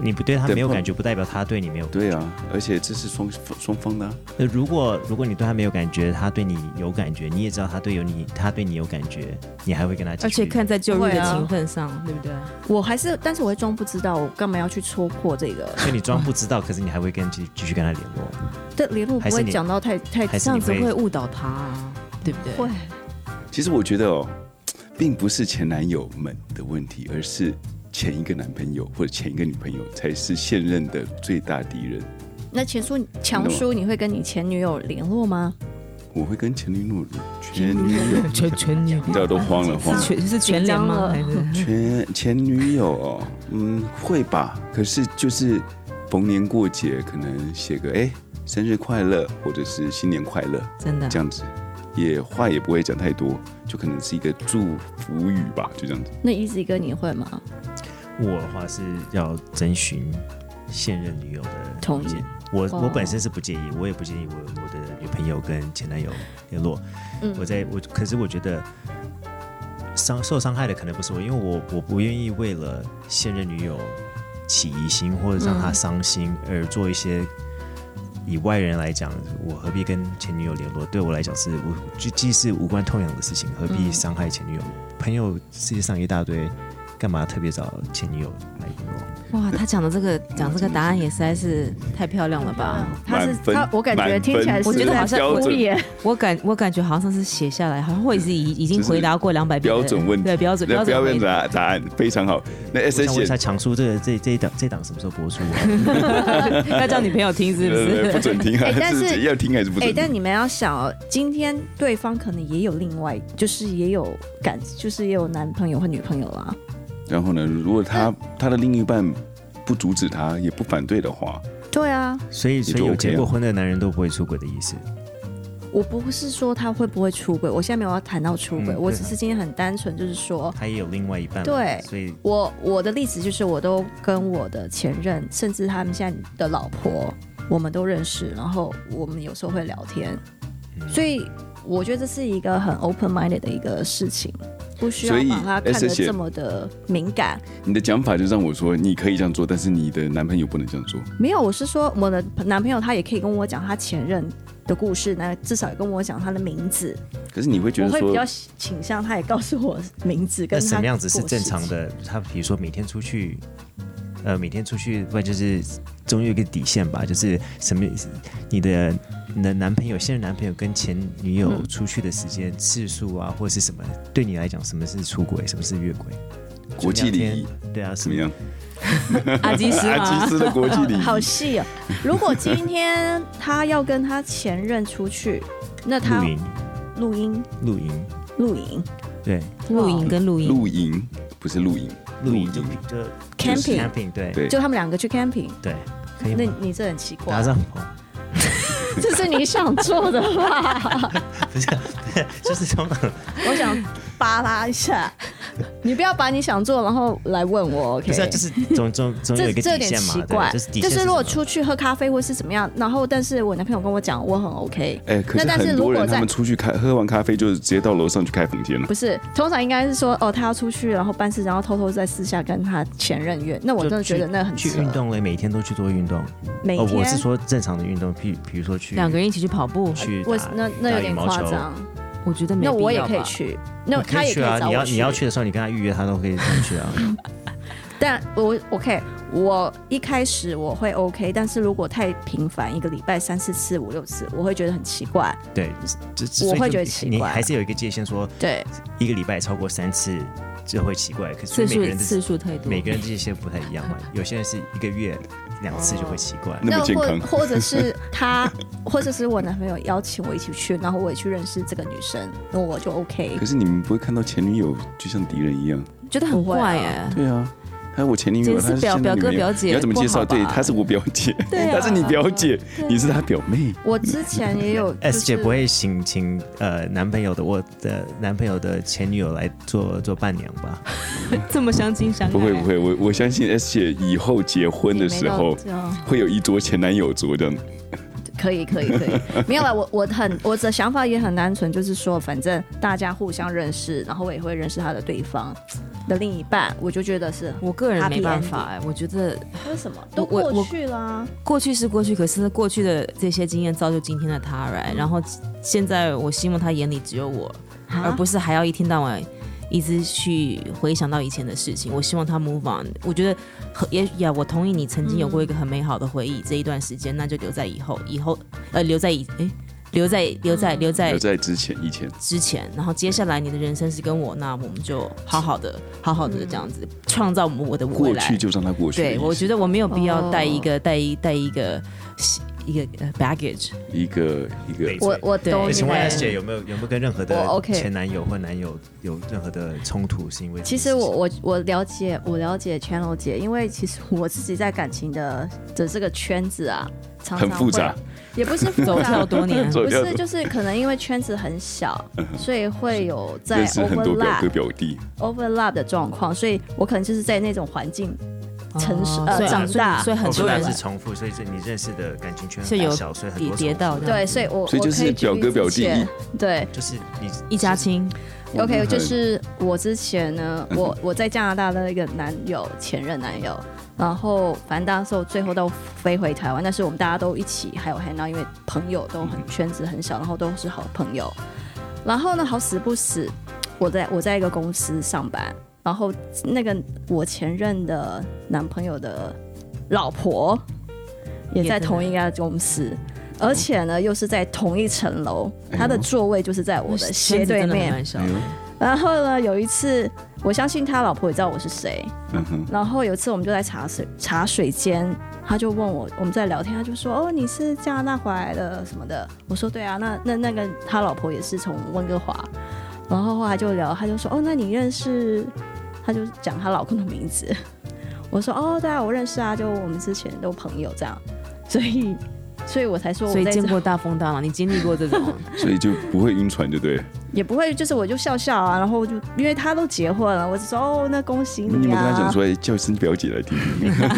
Speaker 2: 你不对他
Speaker 1: 对
Speaker 2: 没有
Speaker 1: 不
Speaker 2: 感觉，不代表他对你没有。
Speaker 1: 对啊，而且这是双双方的、啊，
Speaker 2: 那如果如果你对他没有感觉，他对你有感觉，你也知道他对有你，他对你有感觉，你还会跟他继
Speaker 4: 而
Speaker 2: 续
Speaker 4: 且看在旧日
Speaker 3: 会
Speaker 4: 的
Speaker 3: 啊
Speaker 4: 情分上，对不对？
Speaker 3: 我还是，但是我会装不知道，我干嘛要去戳破这个？
Speaker 2: 所以你装不知道，可是你还会跟继继续跟他联络。
Speaker 3: 这联络不
Speaker 2: 还是
Speaker 3: 会
Speaker 2: 你
Speaker 3: 讲到太太
Speaker 2: 还是
Speaker 4: 这样
Speaker 2: 你
Speaker 4: 子会误导他、啊，对不对？
Speaker 3: 会，
Speaker 1: 其实我觉得哦，并不是前男友们的问题，而是前一个男朋友或者前一个女朋友才是现任的最大敌人。
Speaker 3: 那前叔强叔，你会跟你前女友联络吗？
Speaker 1: 我会跟前女友，前女友，
Speaker 4: 全全年
Speaker 1: 你知道都慌了，慌了。
Speaker 4: 全是
Speaker 3: 紧
Speaker 4: 全联
Speaker 3: 张
Speaker 4: 吗？
Speaker 3: 了
Speaker 4: 还是
Speaker 1: 前前女友哦，嗯，会吧。可是就是逢年过节，可能写个哎、生日快乐，或者是新年快乐
Speaker 4: <laughs> 真的
Speaker 1: 这样子，也话也不会讲太多，就可能是一个祝福语吧，就这样子。
Speaker 3: 那 Easy 哥你会吗？
Speaker 2: 我的话是要征询现任女友的
Speaker 3: 同意
Speaker 2: 意见。我
Speaker 3: 哦
Speaker 2: 我本身是不介意，我也不介意我我的女朋友跟前男友联络。
Speaker 3: 嗯
Speaker 2: 我在我可是我觉得伤受伤害的可能不是我，因为我我不愿意为了现任女友起疑心或者让
Speaker 3: 嗯
Speaker 2: 她伤心而做一些。以外人来讲，我何必跟前女友联络？对我来讲是无，就既是无关痛痒的事情，何必
Speaker 3: 嗯
Speaker 2: 伤害前女友？朋友世界上一大堆，干嘛特别找前女友来联络？
Speaker 4: 哇，他讲的这个讲这个答案也实在是太漂亮了吧！
Speaker 3: 他是
Speaker 1: 满分
Speaker 3: 他，我感觉
Speaker 1: 满
Speaker 3: 听起来
Speaker 1: 分
Speaker 3: 是
Speaker 4: 我觉得好像
Speaker 1: 标
Speaker 3: 在敷
Speaker 1: 准
Speaker 3: 衍。
Speaker 4: 我感我感觉好像是写下来，好像我也是已已经
Speaker 1: 嗯就是
Speaker 4: 回答过两百遍了
Speaker 1: 标准问题
Speaker 4: 对标准标
Speaker 1: 那不要
Speaker 4: 准
Speaker 1: 问
Speaker 4: 回答。
Speaker 1: 答答案非常好。那
Speaker 2: 我
Speaker 1: S
Speaker 2: 想问一
Speaker 1: H
Speaker 2: 下，强叔这个这这一档这档什么时候播出啊？
Speaker 1: <laughs>
Speaker 4: 要叫女朋友听是不
Speaker 1: 不
Speaker 4: 是？
Speaker 1: 准听啊，
Speaker 3: 哎但是
Speaker 1: 要听还是不
Speaker 3: 哎、
Speaker 1: 准
Speaker 3: 但
Speaker 1: 听？
Speaker 3: 你们要想哦，今天对方可能也有另外，就是也有感，就是也有男朋友或女朋友啊啦。
Speaker 1: 然后呢，如果他他的另一半不阻止他，也不反对的话，
Speaker 3: 对啊，
Speaker 2: 所以
Speaker 1: 就
Speaker 2: 所以有
Speaker 1: OK 啊
Speaker 2: 结过婚的男人都不会出轨的意思。
Speaker 3: 我不是说他会不会出轨，我现在没有要谈到出轨，
Speaker 2: 嗯
Speaker 3: 我
Speaker 2: 对
Speaker 3: 只
Speaker 2: 啊
Speaker 3: 是今天很单纯，就是说
Speaker 2: 他也有另外一半嘛，
Speaker 3: 对
Speaker 2: 所以
Speaker 3: 我我的例子就是，我都跟我的前任，甚至他们现在的老婆，我们都认识，然后我们有时候会聊天，
Speaker 1: 嗯
Speaker 3: 所以我觉得这是一个很 open minded 的一个事情，不需要
Speaker 1: 所以
Speaker 3: 把它看
Speaker 1: S
Speaker 3: 得
Speaker 1: 姐
Speaker 3: 这么的敏感。
Speaker 1: 你的讲法就让我说你可以这样做，但是你的男朋友不能这样做。
Speaker 3: 没有，我是说我的男朋友他也可以跟我讲他前任的故事，那至少也跟我讲他的名字，
Speaker 1: 可是你会觉
Speaker 3: 我
Speaker 1: 得
Speaker 3: 会比
Speaker 1: 说
Speaker 3: 较，倾向他也告诉我名字
Speaker 2: 那
Speaker 3: 跟他
Speaker 2: 什么样子是
Speaker 3: 做
Speaker 2: 正
Speaker 3: 事
Speaker 2: 常
Speaker 3: 情。
Speaker 2: 的？他比如说每天出去，呃，每天出去，不然就是总有一个底线吧？就是什么？你的你的男朋友、现任男朋友跟前女友
Speaker 3: 嗯
Speaker 2: 出去的时间、次数啊，或者是什么？对你来讲，什么是出轨？什么是越轨？
Speaker 1: 国际礼仪
Speaker 2: 就聊天，对啊，
Speaker 1: 怎
Speaker 2: 什
Speaker 1: 么样？
Speaker 4: <laughs> 阿基斯
Speaker 1: 阿
Speaker 4: 吗
Speaker 1: 基？斯的国际礼仪，
Speaker 3: <laughs> 好细哦！如果今天他要跟他前任出去，那他
Speaker 2: 露营，
Speaker 3: 录音
Speaker 2: 露营，
Speaker 3: 露营
Speaker 2: 对，
Speaker 4: 露营跟露营，
Speaker 1: 露营不是露营，
Speaker 2: 露营就就就是
Speaker 3: camping，
Speaker 2: camping，对
Speaker 1: 对
Speaker 3: 就他们两个去 camping，
Speaker 2: 对，可以
Speaker 3: 那
Speaker 2: 吗？
Speaker 3: 你这很奇怪
Speaker 2: 搭，帐篷。
Speaker 3: 这是你想做的吧？
Speaker 2: <laughs> 就是通常
Speaker 3: <laughs> 我想扒拉一下， <laughs> 你不要把你想做然后来问我，OK？
Speaker 2: 不是啊、就是总总总有
Speaker 3: 这
Speaker 2: 一个
Speaker 3: 这有
Speaker 2: 底
Speaker 3: 点
Speaker 2: 线嘛，
Speaker 3: 奇
Speaker 2: 对
Speaker 3: 怪，
Speaker 2: 就是底
Speaker 3: 就
Speaker 2: 线
Speaker 3: 是如
Speaker 2: 什
Speaker 3: 果
Speaker 2: 么
Speaker 3: 出去喝咖啡或是怎么样，然后但是我男朋友跟我讲我很 OK，
Speaker 1: 哎，可
Speaker 3: 那
Speaker 1: 是
Speaker 3: 但是
Speaker 1: 很
Speaker 3: 如
Speaker 1: 多
Speaker 3: 果
Speaker 1: 人
Speaker 3: 在
Speaker 1: 他们出去开喝完咖啡就直接到楼上去开房间了。
Speaker 3: 不是，通常应该是说哦，他要出去，然后办事，然后偷偷在私下跟他前任约。那我真的觉得那很
Speaker 2: 去
Speaker 3: 扯
Speaker 2: 运，动嘞，每天都去做运动。
Speaker 3: 每
Speaker 2: 哦，
Speaker 3: 天、
Speaker 2: 我是说正常的运动，譬比如说去
Speaker 4: 两个人一起去跑步，
Speaker 2: 去
Speaker 3: 我
Speaker 2: 打
Speaker 3: 那那有
Speaker 2: 打羽
Speaker 3: 点
Speaker 2: 毛
Speaker 3: 夸
Speaker 2: 球
Speaker 3: 张，
Speaker 4: 我觉得没
Speaker 3: 那我
Speaker 4: 必
Speaker 3: 也
Speaker 4: 要
Speaker 3: 可以
Speaker 4: 吧。
Speaker 3: 去，那
Speaker 2: 你
Speaker 3: 他也可以
Speaker 2: 啊。
Speaker 3: 找
Speaker 2: 你
Speaker 3: 我
Speaker 2: 要你哦要去的时候，你跟他预约，他都可以让你去
Speaker 3: <laughs>
Speaker 2: 啊。
Speaker 3: 但我 OK，我一开始我会 OK，但是如果太频繁，一个礼拜三四次、五六次，我会觉得很奇怪。
Speaker 2: 对，这这
Speaker 3: 我
Speaker 2: 所以
Speaker 3: 会
Speaker 2: 就
Speaker 3: 觉得奇
Speaker 2: 你
Speaker 3: 怪
Speaker 2: 还是有一个界限，说
Speaker 3: 对，
Speaker 2: 一个礼拜超过三次就会奇怪。可是
Speaker 4: 次
Speaker 2: 每个
Speaker 4: 数
Speaker 2: 人
Speaker 4: 次
Speaker 2: 的
Speaker 4: 数太多，
Speaker 2: 每个人的界限不太一样嘛，有些人是一个月两次就会奇怪。
Speaker 1: 那么健
Speaker 3: 或
Speaker 1: 康
Speaker 3: 或
Speaker 2: <laughs>
Speaker 3: 者是他，或者是我男朋友邀请我一起去，然后我也去认识这个女生，那我就 OK
Speaker 1: 可。是你们不会看到前女友就像敌人一样？
Speaker 4: 觉得很
Speaker 3: 不会啊
Speaker 4: 怪哎。
Speaker 1: 对啊，还有我前女
Speaker 4: 简
Speaker 1: 友，
Speaker 4: 直
Speaker 1: 她
Speaker 4: 是
Speaker 1: 是
Speaker 4: 表
Speaker 1: 现在
Speaker 4: 表哥
Speaker 1: 女朋友
Speaker 4: 表姐
Speaker 1: 你要怎么介绍？
Speaker 4: 不好吧
Speaker 1: 对，她是我表姐，
Speaker 3: 对啊
Speaker 1: 她是你表姐，你是她表妹。
Speaker 3: 我之前也有、就是，
Speaker 2: S 姐不会请请呃男朋友的我的男朋友的前女友来做做伴娘吧？
Speaker 4: 这么相亲相爱，
Speaker 1: 不会不会，我我相信 S 姐以后结婚的时候
Speaker 3: 也没到这样
Speaker 1: 会有一桌前男友桌这样。
Speaker 3: 可以可以
Speaker 1: <laughs>
Speaker 3: 可以，没有了。我我很我的想法也很单纯，就是说，反正大家互相认识，然后我也会认识他的对方。的另一半，我就觉得是
Speaker 4: 我个人
Speaker 3: Happy
Speaker 4: 没办法哎、我觉得
Speaker 3: 为什么
Speaker 4: 我
Speaker 3: 都
Speaker 4: 我
Speaker 3: 过去啦，
Speaker 4: 过去是过去，可是过去的这些经验造就今天的他，right？然后现在我希望他眼里只有我，而不
Speaker 3: 是
Speaker 4: 是还要一天到晚一直去回想到以前的事情。我希望他 move on。我觉得很也呀，我同意你曾经有过一个很美好的回忆，这一段时间那就留在以后，以后呃留在以诶留在留在留在
Speaker 1: 嗯留在之前以前，
Speaker 4: 之前，然后接下来你的人生是跟我，那我们就好好的好好的这样子创造我的未
Speaker 1: 过
Speaker 4: 来
Speaker 1: 去。就让它过去的意
Speaker 4: 对，
Speaker 1: 思。
Speaker 4: 我觉得我没有必要带一
Speaker 3: 哦
Speaker 4: 个、带一带一个一个呃 baggage。
Speaker 1: 一个一个
Speaker 2: 累赘
Speaker 3: 我我
Speaker 4: 对
Speaker 3: 懂
Speaker 2: 对，哎
Speaker 3: 你
Speaker 2: 请问
Speaker 3: 的
Speaker 2: S 姐有没有有没有跟任何的
Speaker 3: 我 OK
Speaker 2: 前男友或男友有任何的冲突？是因为这
Speaker 3: 其
Speaker 2: 件
Speaker 3: 实
Speaker 2: 事
Speaker 3: 我
Speaker 2: 情
Speaker 3: 我我了解我了解 Channel 姐，因为其实我自己在感情的的这个圈子啊，常常
Speaker 1: 很复
Speaker 3: 会
Speaker 1: 杂，
Speaker 3: 也不是复杂
Speaker 4: 走跳多年
Speaker 1: 走
Speaker 3: 不
Speaker 1: 跳
Speaker 3: 是
Speaker 1: 多
Speaker 3: 就是可能因为圈子
Speaker 1: <laughs>
Speaker 3: 很小，所以会有在
Speaker 1: 认识很多表
Speaker 3: overlap
Speaker 1: 哥表弟，
Speaker 3: overlap 的状况，所以我可能就是在那种环境成熟、
Speaker 4: 哦
Speaker 3: 呃
Speaker 4: 所以
Speaker 3: 长大，
Speaker 4: 所以所以很
Speaker 2: 哦
Speaker 4: 多
Speaker 2: 不
Speaker 4: 人
Speaker 2: 然是重复，所以这你认识的感情圈
Speaker 4: 是有
Speaker 2: 很小，所以很
Speaker 4: 叠
Speaker 2: 多
Speaker 4: 叠
Speaker 2: 重
Speaker 4: 到
Speaker 2: 复
Speaker 4: 这样
Speaker 3: 对，所以我
Speaker 1: 所以就是
Speaker 3: 我可举例
Speaker 1: 表哥表弟
Speaker 3: 之前对
Speaker 2: 就是你
Speaker 4: 一家亲，
Speaker 1: 我嗯们
Speaker 3: OK，
Speaker 1: 很
Speaker 3: 就是我之前呢，我我在加拿大的一个男友，前任男友，然后反正当时我最后都飞回台湾，但是我们大家都一起还有 hang out，因为朋友都很圈子很小，然后都是好朋友。然后呢，好死不死，我在我在一个公司上班，然后那个我前任的男朋友的老婆也在同一家公司。而且呢，又是在同一层楼，
Speaker 1: 哎呦
Speaker 3: 他的座位就是在我的斜对
Speaker 1: <laughs>
Speaker 3: 面。
Speaker 4: 蛮小
Speaker 1: 哎呦，
Speaker 3: 然后呢，有一次，我相信他老婆也知道我是谁。
Speaker 1: 嗯哼，
Speaker 3: 然后有一次我们就在茶水茶水间，他就问我，我们在聊天，他就说：“哦，你是加拿大回来的什么的？”我说：“对啊，那那那个他老婆也是从温哥华。”然后后来就聊，他就说：“哦，那你认识？”他就讲她老公的名字。我说：“哦，对啊，我认识啊，就我们之前都朋友这样。”所以， <laughs> 所以我才说我
Speaker 4: 所以
Speaker 3: 在这
Speaker 4: 见过大风大浪，你经历过
Speaker 3: <laughs>
Speaker 4: 这种，
Speaker 1: 所以就不会晕船，就对了。
Speaker 3: 也不会，就是我就笑笑啊，然后我就因为他都结婚了，我只说哦，那恭喜
Speaker 1: 你有没
Speaker 3: 你
Speaker 1: 有跟他
Speaker 3: 啊。
Speaker 1: 讲说，哎叫一声表姐来听听？
Speaker 2: 你还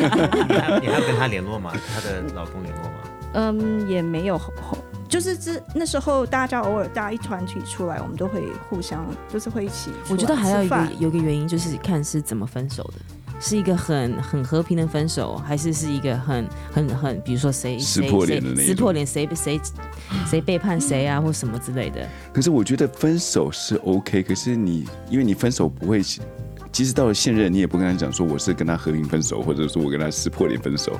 Speaker 2: 你还有跟她联络吗？她的老公联络吗？
Speaker 3: 嗯，也没有，就是之那时候大家偶尔大家一团体出来，我们都会互相就是会一起出来吃饭。
Speaker 4: 我觉得还要有一个有一个原因，就是看是怎么分手的，是一个很很和平的分手，还是是一个很很很，比如说谁
Speaker 1: 撕
Speaker 4: 谁
Speaker 1: 破
Speaker 4: 谁
Speaker 1: 脸的那一
Speaker 4: 撕破
Speaker 1: 种
Speaker 4: 脸，谁谁谁背叛谁啊，或什么之类的。
Speaker 1: 可是我觉得分手是 OK，可是你因为你分手不会，即使到了现任，你也不跟他讲说我是跟他和平分手，或者说我跟他撕破脸分手，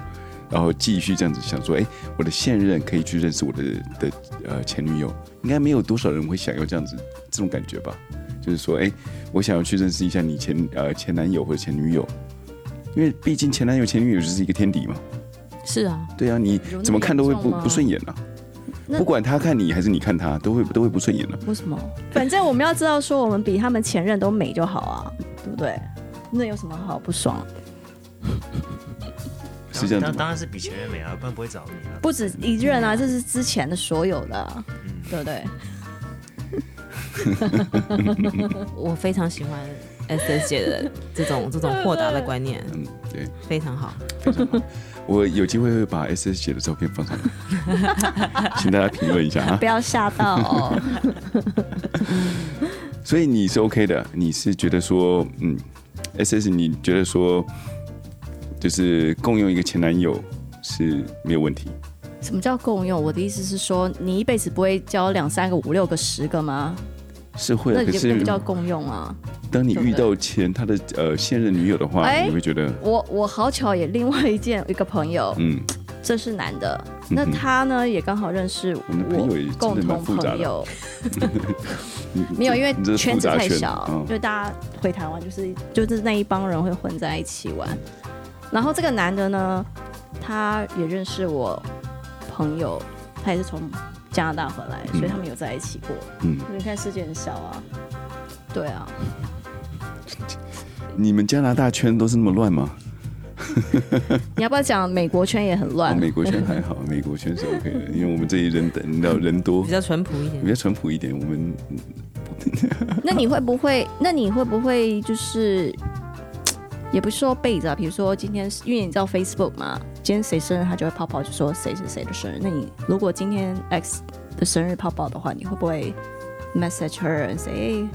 Speaker 1: 然后继续这样子想说，哎，我的现任可以去认识我的的呃前女友，应该没有多少人会想要这样子这种感觉吧？就是说，哎，我想要去认识一下你前呃前男友或者前女友，因为毕竟前男友前女友就是一个天敌嘛，
Speaker 4: 是啊，
Speaker 1: 对啊，你
Speaker 3: 有那么
Speaker 1: 怎么看都会
Speaker 3: 严
Speaker 1: 不
Speaker 3: 重吗
Speaker 1: 不顺眼啊，
Speaker 3: 那
Speaker 1: 不管他看你还是你看他，都会都会不顺眼的、啊
Speaker 3: 为什么？反正我们要知道说，我们比他们前任都美就好啊，对不对？那有什么好不爽？
Speaker 1: 是这样子
Speaker 2: 当
Speaker 1: 吗
Speaker 2: 当然是比前任美啊，不然不会找你啊。
Speaker 3: 不止一任啊，这是之前的所有的，啊对不对？
Speaker 4: 我非常喜欢 S S 姐的
Speaker 1: <laughs>
Speaker 4: 这种这种豁达的观念，
Speaker 1: 嗯，对。
Speaker 4: 非常好。
Speaker 1: 我有机会会把 S S 姐的照片放上来， <laughs> 请大家评论一下啊
Speaker 3: 不。要吓到哦。
Speaker 1: 所以你是 OK 的，你是觉得说，嗯，S S 你觉得说，就是共用一个前男友是没有问题，
Speaker 3: <laughs> 什么叫共用？我的意思是说，你一辈子不会交两三个、五六个、十个吗？
Speaker 1: 是会
Speaker 3: 那
Speaker 1: 啊。可
Speaker 3: 你就那
Speaker 1: 是
Speaker 3: 不叫共用啊。
Speaker 1: 当你
Speaker 3: 对不对
Speaker 1: 遇到前他的呃现任女友的话，
Speaker 3: 哎
Speaker 1: 你会觉得，
Speaker 3: 我我好巧也另外一件一个朋友，
Speaker 1: 嗯，
Speaker 3: 这是男的，那他呢也刚好认识
Speaker 1: 我们朋友也真的
Speaker 3: 共
Speaker 1: 蛮
Speaker 3: 同
Speaker 1: 复杂的
Speaker 3: 朋友，
Speaker 1: 你
Speaker 3: 没有因为
Speaker 1: 你这是
Speaker 3: 圈
Speaker 1: 复
Speaker 3: 子
Speaker 1: 杂
Speaker 3: 太
Speaker 1: 圈
Speaker 3: 小，
Speaker 1: 嗯
Speaker 3: 就大家回台湾就是就是那一帮人会混在一起玩。然后这个男的呢，他也认识我朋友，他也是从加拿大回来，所以他们有在一起过。
Speaker 1: 嗯，
Speaker 3: 你看世界很小啊，对啊，
Speaker 1: 你们加拿大圈都是那么乱吗？
Speaker 3: 你要不要讲美国圈也很
Speaker 1: 哦
Speaker 3: 乱？
Speaker 1: 美国
Speaker 3: <laughs>
Speaker 1: 圈还好，美国圈是 OK 的，因为我们这里人等，你知道人多
Speaker 3: <laughs>
Speaker 4: 比，较淳朴一点
Speaker 1: 比。较淳朴一点，我们
Speaker 3: 那你会不会？那你会不会就是，也不是说背着、啊，比如说今天，因为你知道 Facebook 嘛，今天谁生日，他就会泡泡就说谁是谁的生日。那你如果今天 X 的生日泡泡的话，你会不会 message her and say、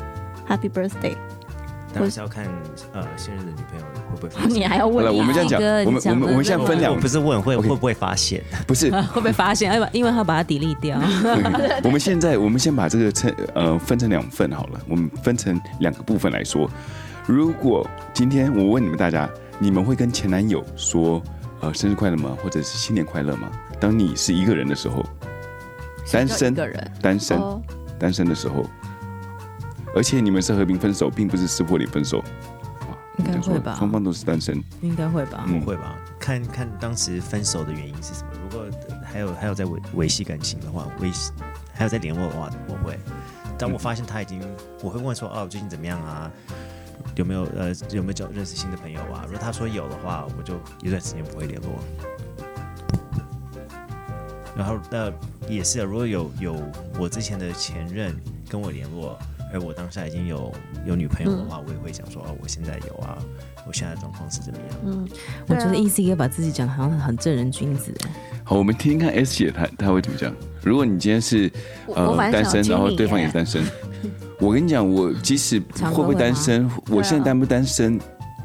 Speaker 3: Happy birthday？ <laughs>
Speaker 2: 当然是要看呃现任的女朋友会不会发现。
Speaker 4: 哦
Speaker 3: 你还要
Speaker 1: 好
Speaker 3: 问
Speaker 1: 了，
Speaker 3: 你
Speaker 1: 我们这样讲，
Speaker 4: 哥
Speaker 1: 我
Speaker 4: 你
Speaker 1: 们我
Speaker 4: 讲
Speaker 1: 们
Speaker 4: 的
Speaker 1: 我们
Speaker 4: 这
Speaker 1: 现在
Speaker 4: 个
Speaker 1: 分
Speaker 2: 我
Speaker 1: 两
Speaker 2: 不是问会
Speaker 1: OK
Speaker 2: 会不会发现，
Speaker 1: 不
Speaker 2: <laughs>
Speaker 1: 是，嗯
Speaker 4: 会不会发现？要不因为他把它 delete 掉，
Speaker 1: 我们现在我们先把这个称呃分成两份好了，我们分成两个部分来说。如果今天我问你们大家，你们会跟前男友说呃生日快乐吗？或者是新年快乐吗？当你是一个人的时候，单
Speaker 3: 一
Speaker 1: 身
Speaker 3: 个人
Speaker 1: 单身
Speaker 3: 哦，
Speaker 1: 单身的时候，而且你们是和平分手，并不是撕破脸分手。哇
Speaker 4: 应该会吧
Speaker 1: 双方都是单身，
Speaker 4: 应该会吧？
Speaker 1: 嗯
Speaker 2: 会吧？看看当时分手的原因是什么。如果呃还有还有在维维系感情的话，维系还有在联络的话，我会。当我发现他已经，我会问说：“哦，最近怎么样啊？有没有呃有没有交认识新的朋友啊？”如果他说有的话，我就一段时间不会联络。然后呃也是啊，如果有有我之前的前任跟我联络，而我当下已经有有女朋友的话，我也会讲说：“哦，我现在有啊，我现在的状况是怎么样。”
Speaker 3: 嗯，
Speaker 4: 我
Speaker 3: 对啊
Speaker 4: 觉得 E C 也把自己讲的好像很正人君子，
Speaker 1: 好，我们听听看 S 姐她她会怎么讲。如果你今天是
Speaker 3: 我我
Speaker 1: 呃
Speaker 3: 蛮
Speaker 1: 单
Speaker 3: 想
Speaker 1: 身，
Speaker 3: 听
Speaker 1: 然后
Speaker 3: 你
Speaker 1: 对方也
Speaker 3: 耶
Speaker 1: 是单
Speaker 3: <laughs>
Speaker 1: 身，我跟你讲，我即使
Speaker 4: 常
Speaker 1: 会不会
Speaker 4: 会吗
Speaker 1: 单身，我现在
Speaker 3: 啊
Speaker 1: 单不单身，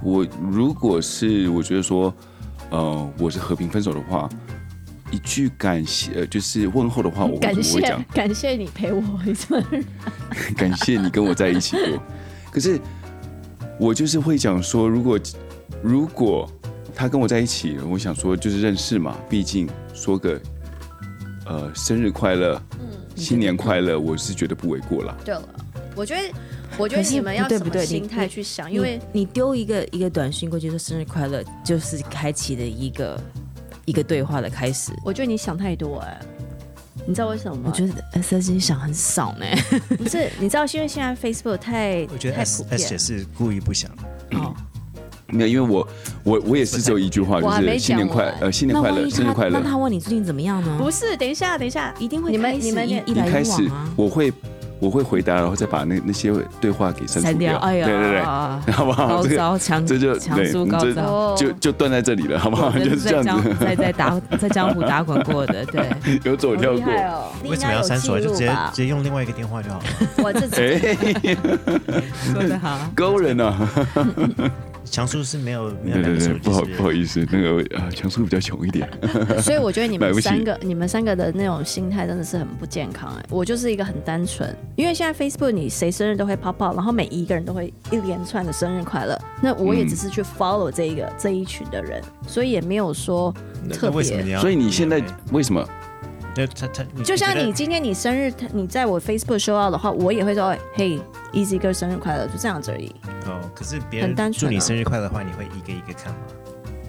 Speaker 1: 我如果是我觉得说，呃，我是和平分手的话，一句感谢呃就是问候的话，我
Speaker 3: 感
Speaker 1: 我会
Speaker 3: 谢
Speaker 1: 讲
Speaker 3: 感谢你陪我一生，
Speaker 1: 感谢你跟我在一起过。可是我就是会讲说，如果如果他跟我在一起，我想说就是认识嘛，毕竟说个呃生日快乐，
Speaker 4: 嗯
Speaker 1: 新年快乐，我是觉得不为过啦。
Speaker 3: 对了，我觉得我觉
Speaker 4: 可
Speaker 3: 得
Speaker 4: 是
Speaker 3: 你们要
Speaker 4: 不对
Speaker 3: 什
Speaker 4: 不对
Speaker 3: 么
Speaker 4: 你
Speaker 3: 心态去想，因为
Speaker 4: 你你丢一个一个短信过去说生日快乐，就是开启的一个一个对话的开始。
Speaker 3: 我觉得你想太多哎、你知道为什么
Speaker 4: 我
Speaker 3: 吗？
Speaker 4: 觉得 S 今想很少呢，
Speaker 3: 不是，你知道，因为现在 Facebook 太
Speaker 2: 我觉得
Speaker 3: 太
Speaker 2: S
Speaker 3: 普
Speaker 2: S 姐
Speaker 3: 遍。
Speaker 2: 是故意不想，
Speaker 1: 嗯
Speaker 4: 哦，
Speaker 1: 没有，因为我我我也是只有一句话，
Speaker 3: 我
Speaker 1: 就
Speaker 3: 还没
Speaker 1: 是新年
Speaker 3: 讲
Speaker 1: 快
Speaker 3: 完
Speaker 1: 呃新年
Speaker 4: 那
Speaker 1: 快
Speaker 4: 万
Speaker 1: 乐，
Speaker 4: 一
Speaker 1: 生日
Speaker 4: 他
Speaker 1: 快乐
Speaker 4: 那。他问你最近怎么样呢？
Speaker 3: 不是，等一下，等一下，
Speaker 4: 一定会
Speaker 3: 你们
Speaker 4: 开始
Speaker 3: 你们
Speaker 4: 一
Speaker 3: 连
Speaker 4: 一
Speaker 1: 一
Speaker 4: 来
Speaker 1: 开
Speaker 4: 一
Speaker 1: 始
Speaker 4: 往啊，
Speaker 1: 我会我会回答，然后再把那那些对话给删除
Speaker 4: 删掉，哎呀，
Speaker 1: 对对对，好不 <laughs> 好？
Speaker 4: 高
Speaker 1: 这个
Speaker 4: 招强，
Speaker 1: 这就
Speaker 4: 强
Speaker 1: 对
Speaker 4: 叔
Speaker 1: 你
Speaker 4: 高
Speaker 1: 这
Speaker 4: 招。
Speaker 3: 哦
Speaker 1: 就就断在这里了，好不好？ <laughs> 就是这样子，
Speaker 4: 在在打 <laughs> 在江湖打滚过的，对，
Speaker 1: <laughs> 有走
Speaker 3: 好
Speaker 1: 跳
Speaker 3: 厉
Speaker 1: 过。
Speaker 3: 害哦！你
Speaker 2: 为
Speaker 3: 应
Speaker 2: 什么
Speaker 3: 该
Speaker 2: 要
Speaker 3: 有
Speaker 2: 删除啊？
Speaker 3: 记
Speaker 2: 就
Speaker 3: 录
Speaker 2: 直接
Speaker 3: 吧
Speaker 2: 直？接用另外一个电话就好了。
Speaker 3: <laughs> 我自己
Speaker 1: 哎， <laughs>
Speaker 4: 说得好。
Speaker 1: 勾人啊！
Speaker 2: 强叔是没有没有
Speaker 1: 对
Speaker 2: 两
Speaker 1: 对
Speaker 2: 个手
Speaker 1: 对，
Speaker 2: 机，
Speaker 1: 不好
Speaker 2: 是是
Speaker 1: 不好意思，那个啊，强叔比较穷一点。
Speaker 3: 所以我觉得你
Speaker 1: 买
Speaker 3: 们
Speaker 1: 不起
Speaker 3: 三个，你们三个的那种心态真的是很不健康哎、我就是一个很单纯，因为现在 Facebook 你谁生日都会泡泡，然后每一个人都会一连串的生日快乐。那我也
Speaker 1: 嗯
Speaker 3: 只是去 follow 这一个、这一群的人，所以也没有说
Speaker 2: 嗯那
Speaker 3: 特
Speaker 2: 那为什么你
Speaker 3: 别。
Speaker 2: 要？
Speaker 1: 所以你现在
Speaker 2: 对
Speaker 1: 为什么？
Speaker 2: 那他他你
Speaker 3: 就像
Speaker 2: 觉得
Speaker 3: 你今天你生日，你在我 Facebook 收到的话，我也会说，嘿，Easy 哥生日快乐，就这样子而已。
Speaker 2: 哦，可是别
Speaker 3: 很
Speaker 2: 人
Speaker 3: 单
Speaker 2: 祝
Speaker 3: 纯啊
Speaker 2: 你生日快乐的话，你会一个一个看吗？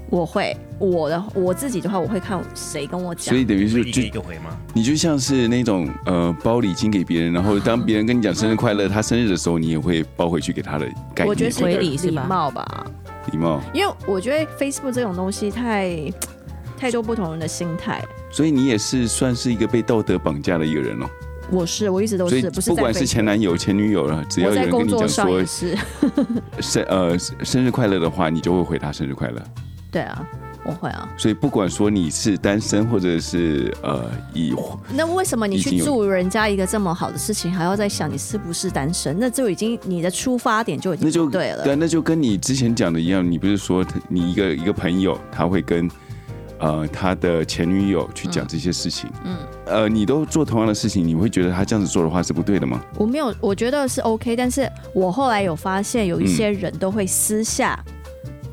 Speaker 3: 我会我的我自己的话，我会看谁跟我讲
Speaker 1: 所以。等于
Speaker 2: 会
Speaker 1: 是
Speaker 2: 一个
Speaker 1: 就
Speaker 2: 一个回吗？
Speaker 1: 你就像是那种呃包礼金给别人，然后当别人跟你讲生日快乐，他生日的时候，你也会包回去给他的概念。
Speaker 3: 我觉得
Speaker 1: 对
Speaker 3: 是
Speaker 1: 不对
Speaker 3: 一个
Speaker 4: 回礼是吧
Speaker 3: 礼貌吧，
Speaker 1: 礼貌。
Speaker 3: 因为我觉得 Facebook 这种东西太太多不同人的心态。
Speaker 1: 所以你也是算是一个被道德绑架的一个人哦。
Speaker 3: 我是，我一直都
Speaker 1: 所以
Speaker 3: 是，不是
Speaker 1: 不
Speaker 3: 在
Speaker 1: 管是
Speaker 3: Facebook
Speaker 1: 前男友、前女友了，只要有
Speaker 3: 我在
Speaker 1: 人跟
Speaker 3: 工
Speaker 1: 你
Speaker 3: 作
Speaker 1: 讲
Speaker 3: 上
Speaker 1: 说
Speaker 3: 也是，
Speaker 1: 生呃生日快乐的话，你就会回他生日快乐。
Speaker 3: 对啊，我会啊。
Speaker 1: 所以不管说你是单身或者是呃已婚，
Speaker 3: 那为什么你
Speaker 1: 已经
Speaker 3: 去
Speaker 1: 有
Speaker 3: 祝人家一个这么好的事情，还要在想你是不是单身？那就已经你的出发点就已经
Speaker 1: 那就
Speaker 3: 不对了。
Speaker 1: 啊那就跟你之前讲的一样，你不是说他你一个一个朋友他会跟呃他的前女友去讲这些事情，嗯，呃，你都做同样的事情，你会觉得他这样子做的话是不对的吗？
Speaker 3: 我没有，我觉得是 OK，但是我后来有发现，有一些
Speaker 1: 嗯
Speaker 3: 人都会私下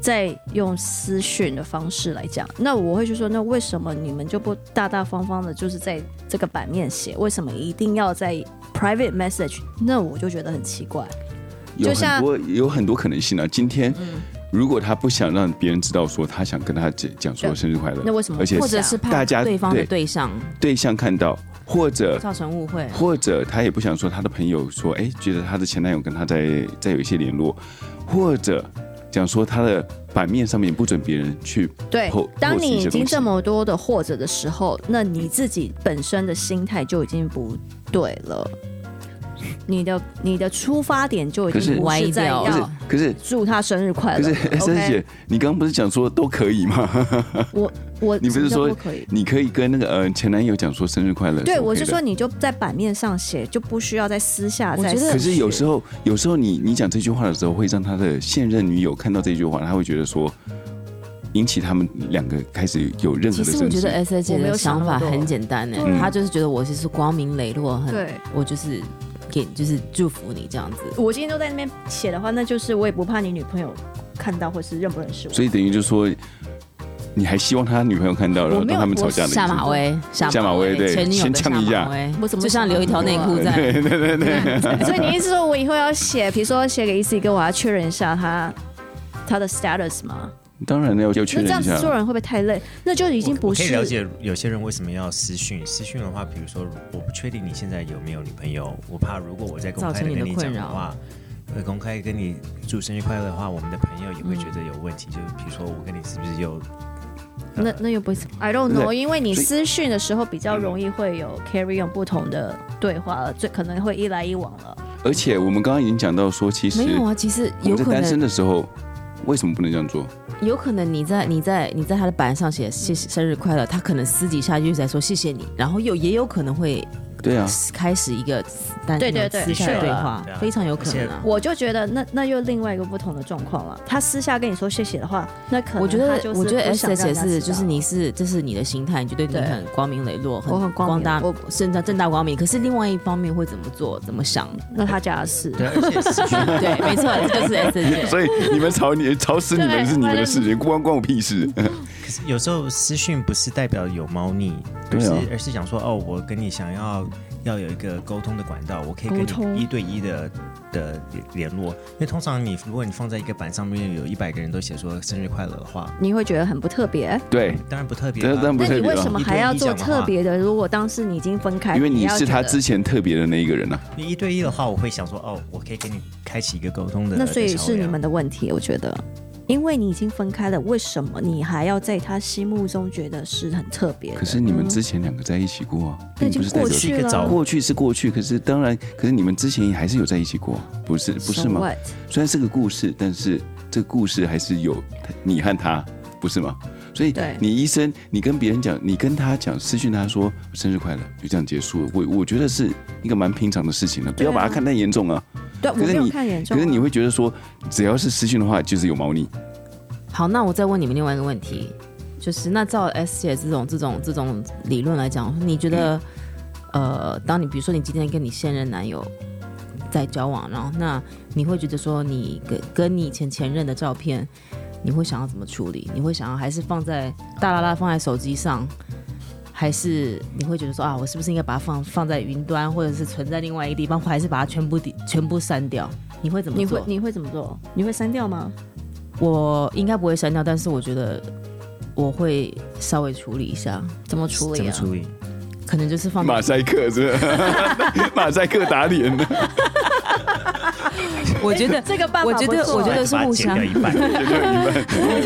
Speaker 3: 在用私讯的方式来讲，那我会去说，那为什么你们就不大大方方的，就是在这个版面写，为什么一定要在 private message？那我就觉得很奇怪。
Speaker 1: 有
Speaker 3: 就像嗯
Speaker 1: 很多有很多可能性啊。今天、如果他不想让别人知道说他想跟他讲讲说
Speaker 3: 对
Speaker 1: 生日快乐
Speaker 3: 那，为什么不
Speaker 1: 而
Speaker 3: 讲？
Speaker 1: 且
Speaker 4: 或者是怕
Speaker 1: 大家
Speaker 4: 对方的
Speaker 1: 对
Speaker 4: 对象
Speaker 1: 对象看到，或者
Speaker 4: 造成误会，
Speaker 1: 或者他也不想说他的朋友说，哎，觉得他的前男友跟他在在有一些联络，或者讲说他的版面上面不准别人去
Speaker 3: 对
Speaker 1: 后，
Speaker 3: 当
Speaker 1: 后期一
Speaker 3: 你
Speaker 1: 些
Speaker 3: 已经
Speaker 1: 东西
Speaker 3: 这么多的或者的时候，那你自己本身的心态就已经不对了。你的你的出发点就已
Speaker 1: 可是
Speaker 3: 经不
Speaker 4: 歪
Speaker 3: 是在
Speaker 4: 掉
Speaker 1: 不是
Speaker 3: 要，
Speaker 1: 可是
Speaker 3: 祝他生日快
Speaker 1: 可
Speaker 3: 乐
Speaker 1: 是 <laughs>
Speaker 3: 了。
Speaker 1: 珊珊
Speaker 3: OK，
Speaker 1: 姐，你刚刚不是讲说都可以吗？
Speaker 3: 我我
Speaker 1: 你不是
Speaker 3: 什么叫
Speaker 1: 说
Speaker 3: 不可以？
Speaker 1: 你可以跟那个呃前男友讲说生日快乐。
Speaker 3: 对，
Speaker 1: OK
Speaker 3: 我是
Speaker 1: 的
Speaker 3: 说，你就在版面上写，就不需要在私下
Speaker 4: 我
Speaker 3: 再
Speaker 4: 觉
Speaker 3: 写。
Speaker 4: 得
Speaker 1: 可是有时
Speaker 3: 候
Speaker 1: 候，有时候你你讲这句话的时候，会让他的现任女友看到这句话，他会觉得说，引起他们两个开始有任何
Speaker 4: 其
Speaker 1: 的
Speaker 4: 实我
Speaker 1: 争
Speaker 4: 觉
Speaker 1: 执
Speaker 4: 得。S A 姐
Speaker 3: 我没呃
Speaker 4: 的
Speaker 3: 有想
Speaker 4: 想
Speaker 3: 那么
Speaker 4: 法
Speaker 3: 多
Speaker 4: 很简单呢
Speaker 3: 对，
Speaker 1: 啊
Speaker 4: 她就是觉得我其实光明磊落，很，
Speaker 3: 对。
Speaker 4: 我就是给就是祝福你这样子。
Speaker 3: 我今天都在那边写的话，那就是我也不怕你女朋友看到或是认不认识我。
Speaker 1: 所以等于就说，你还希望他女朋友看到，然后
Speaker 3: 我没
Speaker 1: 让
Speaker 3: 有
Speaker 1: 他们吵
Speaker 3: 我
Speaker 1: 架的意
Speaker 4: 下
Speaker 1: 思。
Speaker 4: 马
Speaker 3: 欸
Speaker 4: 威，下
Speaker 1: 下马威对
Speaker 4: 前女友
Speaker 1: 先
Speaker 4: 的下
Speaker 1: 呛一下
Speaker 4: 马威，
Speaker 3: 我怎么
Speaker 4: 就像留一条内裤
Speaker 3: 会
Speaker 1: <laughs>
Speaker 4: 在，
Speaker 3: <laughs> 所以你意思说我以后要写，比如说写给 E C 哥，我要确认一下他他的 status 吗？
Speaker 1: 当然了，要要确
Speaker 3: 那这
Speaker 1: 认
Speaker 3: 样
Speaker 1: 一
Speaker 3: 子做
Speaker 1: 下。
Speaker 3: 人会不会太累？那就已经
Speaker 2: 我
Speaker 3: 不
Speaker 2: 我可以
Speaker 3: 是
Speaker 2: 了解有些人为什么要私讯。私讯的话，比如说我不确定你现在有没有女朋友，我怕如果我在公
Speaker 4: 造
Speaker 2: 开
Speaker 4: 成
Speaker 2: 的
Speaker 4: 你的
Speaker 2: 跟你
Speaker 4: 困
Speaker 2: 讲的
Speaker 4: 扰
Speaker 2: 话，呃，公开跟你祝生日快乐的话，我们的朋友也会觉得有问题。就是比如说我跟你是不呃是有
Speaker 3: 那那又不是 I don't
Speaker 1: 对
Speaker 3: know，因为你
Speaker 1: 所以
Speaker 3: 私讯的时候比较容易会有 carry on 不同的对话了，最可能会一来一往了。
Speaker 1: 而且我们刚刚已经讲到说，其实
Speaker 4: 没有啊，其实
Speaker 1: 我们
Speaker 4: 有
Speaker 1: 在
Speaker 4: 可
Speaker 1: 单身
Speaker 4: 能，
Speaker 1: 的时候，为什么不能这样做？
Speaker 4: 有可能你在你在你在他的板上写谢谢生日快乐，他可能私底下就在说谢谢你，然后又也有可能会
Speaker 1: 对啊，
Speaker 4: 开始一个私单
Speaker 3: 对对对
Speaker 4: 私下的
Speaker 3: 是
Speaker 4: 对
Speaker 3: 啊
Speaker 4: 话
Speaker 2: 对啊，
Speaker 4: 非常有可能啊。
Speaker 3: 我就觉得那那又另外一个不同的状况了。他私下跟你说谢谢的话，那可能
Speaker 4: 我觉得
Speaker 3: 他就，是
Speaker 4: 我觉得
Speaker 3: 不
Speaker 4: S
Speaker 3: 想
Speaker 4: S
Speaker 3: 让人
Speaker 4: 也
Speaker 3: 家
Speaker 4: 是，
Speaker 3: 知
Speaker 4: 就是
Speaker 3: 道
Speaker 4: 你是，这是你的心态，你就对你
Speaker 3: 对
Speaker 4: 很光明磊落，
Speaker 3: 我很光明
Speaker 4: 大
Speaker 3: 我，
Speaker 4: 正大正大光明。可是另外一方面会怎么做，怎
Speaker 3: <laughs>
Speaker 4: 么想？
Speaker 3: 那他家的事。
Speaker 2: 对，而且私讯
Speaker 4: 对，没错，这就是 S
Speaker 3: <laughs>
Speaker 4: S 姐。
Speaker 1: 所以你们吵你吵死你们
Speaker 3: 对
Speaker 1: 是你们的事情，关关我屁
Speaker 3: <laughs>
Speaker 1: 事。
Speaker 2: 可是有时候私讯不是代表有猫腻，而
Speaker 1: 对
Speaker 2: 是、
Speaker 1: 啊
Speaker 2: 而是想说哦，我跟你想要要有一个沟通的管道，我可以
Speaker 3: 沟通
Speaker 2: 跟你一对一的的联络。因为通常你如果你放在一个板上面有一百个人都写说生日快乐的话，
Speaker 3: 你会觉得很不特别，
Speaker 1: 对，
Speaker 2: 当然不特别
Speaker 1: 但
Speaker 2: 啊
Speaker 1: 但不
Speaker 3: 那
Speaker 1: 特
Speaker 3: 你
Speaker 1: 别
Speaker 3: 为什
Speaker 1: 了，
Speaker 3: 么
Speaker 2: 一对
Speaker 3: 还要
Speaker 2: 一
Speaker 3: 做
Speaker 2: 讲的
Speaker 3: 特
Speaker 2: 话
Speaker 3: 别的？如果当时你已经分开，
Speaker 1: 因为你
Speaker 3: 要
Speaker 1: 是他
Speaker 3: 觉得
Speaker 1: 之前特别的那一个人啊。
Speaker 2: 一对一的话，我会想说哦，我可以跟你开启一个沟通的。
Speaker 3: 那所以
Speaker 2: 的桥
Speaker 3: 是
Speaker 2: 梁
Speaker 3: 你们的问题，我觉得，因为你已经分开了，为什么你还要在他心目中觉得是很特别的？
Speaker 1: 可是你们之前两个在一起过啊，
Speaker 3: 那已
Speaker 1: 并
Speaker 3: 经
Speaker 1: 不是代
Speaker 3: 过
Speaker 1: 表
Speaker 3: 去
Speaker 2: 一个早
Speaker 3: 了
Speaker 1: 过去是过去，可是当然，可是你们之前也还是有在一起过，不是不是
Speaker 3: So
Speaker 1: 吗？
Speaker 3: what？
Speaker 1: 虽然是个故事，但是这个故事还是有你和他，不是吗？所以
Speaker 3: 对
Speaker 1: 你医生，你跟别人讲，你跟他讲，私讯他说生日快乐，就这样结束了。我我觉得是一个蛮平常的事情了，不要把它看太严重啊。
Speaker 3: 对，我
Speaker 1: 可
Speaker 3: 没
Speaker 1: 是
Speaker 3: 有
Speaker 1: 你
Speaker 3: 看严重
Speaker 1: 可
Speaker 3: 啊。
Speaker 1: 是你会觉得说，只要是私讯的话，就是有猫腻。
Speaker 4: 好，那我再问你们另外一个问题，就是那照 S 姐这种这种这种理论来讲，你觉得，呃，当你比如说你今天跟你现任男友在交往，然后那你会觉得说你跟跟你以前前任的照片，你会想要怎么处理？你会想要还是放在大拉拉放在手机上？还是你会觉得说啊，我是不是应该把它放放在云端，或者是存在另外一个地方，或还是把它全部抵全部删掉？你会怎么
Speaker 3: 你
Speaker 4: 做？
Speaker 3: 会你会怎么做？你会删掉吗？
Speaker 4: 我应该不会删掉，但是我觉得我会稍微处理一下，
Speaker 3: 怎么处
Speaker 2: 怎
Speaker 3: 理
Speaker 2: 么
Speaker 3: 啊？
Speaker 2: 处理？
Speaker 4: 可能就是
Speaker 3: 哦
Speaker 4: 放
Speaker 1: 马赛克是吧？ <laughs> 马赛克打脸的，
Speaker 4: 我
Speaker 3: <laughs>
Speaker 4: 觉得。
Speaker 3: 这个办法
Speaker 4: 我觉得
Speaker 3: 不错
Speaker 4: 我觉得
Speaker 2: 把
Speaker 4: 是
Speaker 2: 它
Speaker 4: 互
Speaker 2: 剪
Speaker 4: 相
Speaker 2: 掉一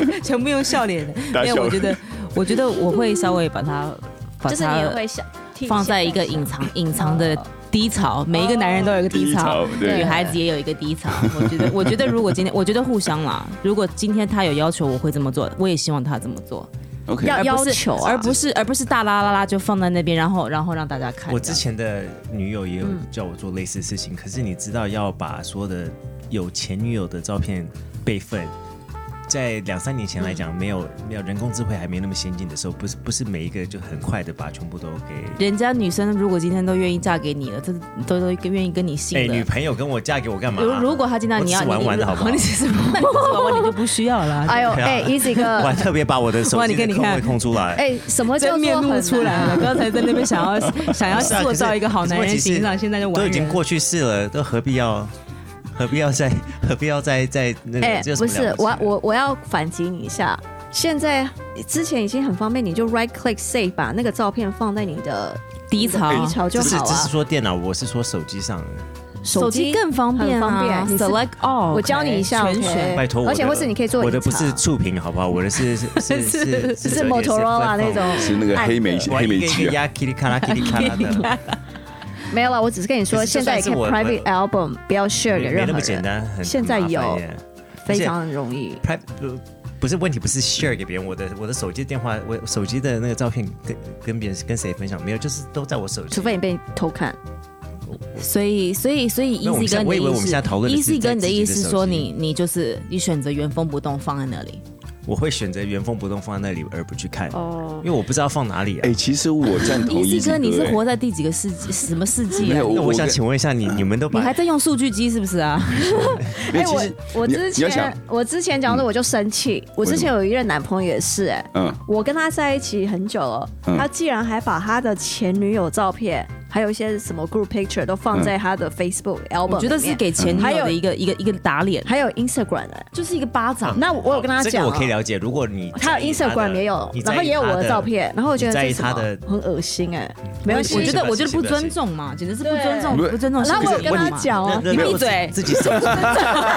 Speaker 2: 半。
Speaker 4: 全部用笑脸的，
Speaker 1: 大
Speaker 4: 没
Speaker 1: 笑
Speaker 4: 有，我觉得，我觉得我会稍微把它，把
Speaker 3: 就是你也
Speaker 4: 它
Speaker 3: 会想替
Speaker 4: 放在一个
Speaker 3: 现
Speaker 4: 隐藏隐藏的低潮，每一个男人都有一个
Speaker 1: 第
Speaker 4: 低
Speaker 1: 一
Speaker 4: 潮
Speaker 1: 潮，对
Speaker 4: 女孩子也有一个低潮。我觉得，我觉得如果今天，我觉得互相啦，如果今天他有要求，我会这么做，我也希望他这么做，
Speaker 1: ，OK，
Speaker 3: 要
Speaker 4: 而不
Speaker 3: 要
Speaker 4: 是
Speaker 3: 求啊
Speaker 4: 而不是而不是大啦啦啦就放在那边，然后然后让大家看。
Speaker 2: 我
Speaker 4: 这
Speaker 2: 之
Speaker 4: 样嗯
Speaker 2: 前的女友也有叫我做类似的事情，可是你知道要把所有的有前女友的照片备份，在两三年前来
Speaker 4: 嗯
Speaker 2: 讲，没有没有人工智慧还没那么先进的时候，不是不是每一个就很快的把全部都给。
Speaker 4: 人家女生如果今天都愿意嫁给你了，这都都愿意跟你
Speaker 2: 哎、
Speaker 4: 姓
Speaker 2: 女
Speaker 4: 了。
Speaker 2: 朋友跟我嫁给我干嘛、
Speaker 4: 如如果她今天你要
Speaker 2: 我只是玩玩的好不好
Speaker 4: 你 <laughs> 只是玩玩，那你就不需要
Speaker 3: <laughs>
Speaker 4: 了。
Speaker 3: 哎
Speaker 4: <laughs>
Speaker 3: 呦，
Speaker 2: 对啊
Speaker 3: 哎
Speaker 2: <laughs>
Speaker 3: ，Easy
Speaker 2: 我还
Speaker 3: 哥，
Speaker 2: 特别把我的手
Speaker 4: 哇
Speaker 2: 机
Speaker 4: 你
Speaker 2: 的
Speaker 4: 看你
Speaker 2: 空
Speaker 4: 看
Speaker 2: 位空出来。
Speaker 3: 哎，什么叫
Speaker 4: 真面
Speaker 3: 做
Speaker 4: 目
Speaker 3: 很
Speaker 4: 出来了，
Speaker 3: 难啊？
Speaker 4: 刚才在那边
Speaker 2: <laughs>
Speaker 4: 想要想要
Speaker 2: 是啊
Speaker 4: 塑造一个好男人形
Speaker 2: 可
Speaker 4: 象，
Speaker 2: 是
Speaker 4: 现在就玩
Speaker 2: 都
Speaker 4: 人
Speaker 2: 已经过去式了，都何必要何必要再何必要再再那个？
Speaker 3: 哎
Speaker 2: 这有，什
Speaker 3: 不
Speaker 2: 么了
Speaker 3: 是，
Speaker 2: 不起
Speaker 3: 我
Speaker 2: 的
Speaker 3: 我我要反击你一下。现在之前已经很方便，你就 right click save，把那个照片放在你的
Speaker 4: 低潮，
Speaker 3: 低潮就
Speaker 2: 不是
Speaker 3: 好
Speaker 2: 只是
Speaker 3: 啊。
Speaker 2: 说电脑，我是说手机上的。
Speaker 4: 手机更方便
Speaker 3: 很
Speaker 4: 啊，
Speaker 3: 方便你是
Speaker 4: Select all，哎
Speaker 3: 我教你一下
Speaker 4: 全
Speaker 3: OK
Speaker 4: 选。
Speaker 2: 拜托我的，
Speaker 3: 而且或是你可以做
Speaker 2: 我的
Speaker 3: 隐
Speaker 2: 不
Speaker 3: 藏
Speaker 2: 是触屏，好不好？我的
Speaker 3: <laughs>
Speaker 2: 是是是是
Speaker 3: 是 Motorola 那种
Speaker 1: 是那个黑莓
Speaker 2: 我
Speaker 1: 黑
Speaker 2: 一
Speaker 1: 莓
Speaker 2: 个一
Speaker 1: 机
Speaker 3: <laughs>
Speaker 2: 个
Speaker 1: 啊，
Speaker 2: 压噼里咔啦噼里咔啦的，
Speaker 3: 没有了，我只是跟你说，
Speaker 2: 可是就
Speaker 3: 现
Speaker 2: 算
Speaker 3: 在也
Speaker 2: 是
Speaker 3: 可以
Speaker 2: 我
Speaker 3: private
Speaker 2: 我
Speaker 3: album 不要 share
Speaker 2: 没
Speaker 3: 给
Speaker 2: 没
Speaker 3: 任
Speaker 2: 那
Speaker 3: 何
Speaker 2: 么简
Speaker 3: 人，
Speaker 2: 单，很
Speaker 3: 现在
Speaker 2: 麻烦
Speaker 3: 有
Speaker 2: 耶
Speaker 3: 非常容易。
Speaker 2: Pri- 呃不是问题，不是 share 给别人，我的我的手机电话，我手机的那个照片跟跟别人跟谁分享没有，就是都在我手机。
Speaker 3: 除非你被偷看，
Speaker 4: 所以，所以，所以
Speaker 2: 那我们
Speaker 4: ，Easy
Speaker 2: 现在
Speaker 4: 哥你
Speaker 2: 我
Speaker 4: 的
Speaker 2: 以为我们
Speaker 4: 意
Speaker 2: 现在
Speaker 4: 思
Speaker 2: 讨论的是
Speaker 4: ，Easy
Speaker 2: 在
Speaker 4: 哥你
Speaker 2: 自己
Speaker 4: 意
Speaker 2: 的
Speaker 4: 思
Speaker 2: 手
Speaker 4: 说
Speaker 2: 机
Speaker 4: 你你就是你选择原封不动放在那里，
Speaker 2: 我会选择原封不动放在那里，而不去看，
Speaker 3: 哦
Speaker 2: 因为我不知道放哪里啊
Speaker 1: 哎、。其实我赞同一
Speaker 4: Easy 哥，你是
Speaker 1: 哎
Speaker 4: 活在第几个世纪？什么世纪
Speaker 1: 没
Speaker 4: 啊
Speaker 1: 有？
Speaker 2: 那我
Speaker 1: 我
Speaker 2: 想
Speaker 1: 跟
Speaker 2: 请问一下你，你们都
Speaker 4: 你还
Speaker 2: 把
Speaker 4: 在用数据机是不是啊？
Speaker 1: 哎没有其实
Speaker 3: 哎我我
Speaker 1: 你
Speaker 3: 之
Speaker 1: 你要想
Speaker 3: 前我之前讲的我就生气，我之前有一任男朋友也是、哎，
Speaker 1: 嗯，
Speaker 3: 我跟他在一起很久了，
Speaker 1: 嗯
Speaker 3: 他竟然还把他的前女友照片，还有一些什么 group picture 都
Speaker 1: 嗯
Speaker 3: 放在他的 Facebook album，
Speaker 4: 我觉得
Speaker 3: 里
Speaker 4: 是
Speaker 3: 面
Speaker 4: 给前女
Speaker 3: 还
Speaker 4: 友
Speaker 3: 有
Speaker 4: 的一个一个一个打脸，
Speaker 3: 还有 Instagram 哎的、
Speaker 4: 就是一个巴掌。
Speaker 3: 那我有跟他
Speaker 2: 嗯这个
Speaker 4: 啊
Speaker 3: 讲、
Speaker 2: 我可以了解。如果你
Speaker 3: 他有 Instagram 也有，然后也有我的照，片，然后我觉得
Speaker 2: 你在
Speaker 3: 这
Speaker 2: 意
Speaker 3: 是什么
Speaker 2: 他的
Speaker 3: 很恶心哎、没
Speaker 4: 我
Speaker 3: 关
Speaker 4: 嗯我觉
Speaker 3: 系。
Speaker 4: 得我觉
Speaker 2: 是不是
Speaker 4: 得不尊重嘛，简直是不
Speaker 3: 对
Speaker 4: 尊重，
Speaker 1: 不是
Speaker 4: 不尊重
Speaker 3: 然
Speaker 4: 行
Speaker 3: 后
Speaker 4: 为
Speaker 3: 我
Speaker 4: 嘛。
Speaker 3: 有跟他讲
Speaker 2: 那
Speaker 3: 哦，
Speaker 2: 那
Speaker 4: 你
Speaker 2: 如
Speaker 4: 啊闭
Speaker 2: 果
Speaker 4: 嘴
Speaker 2: 自己手机。
Speaker 4: <laughs>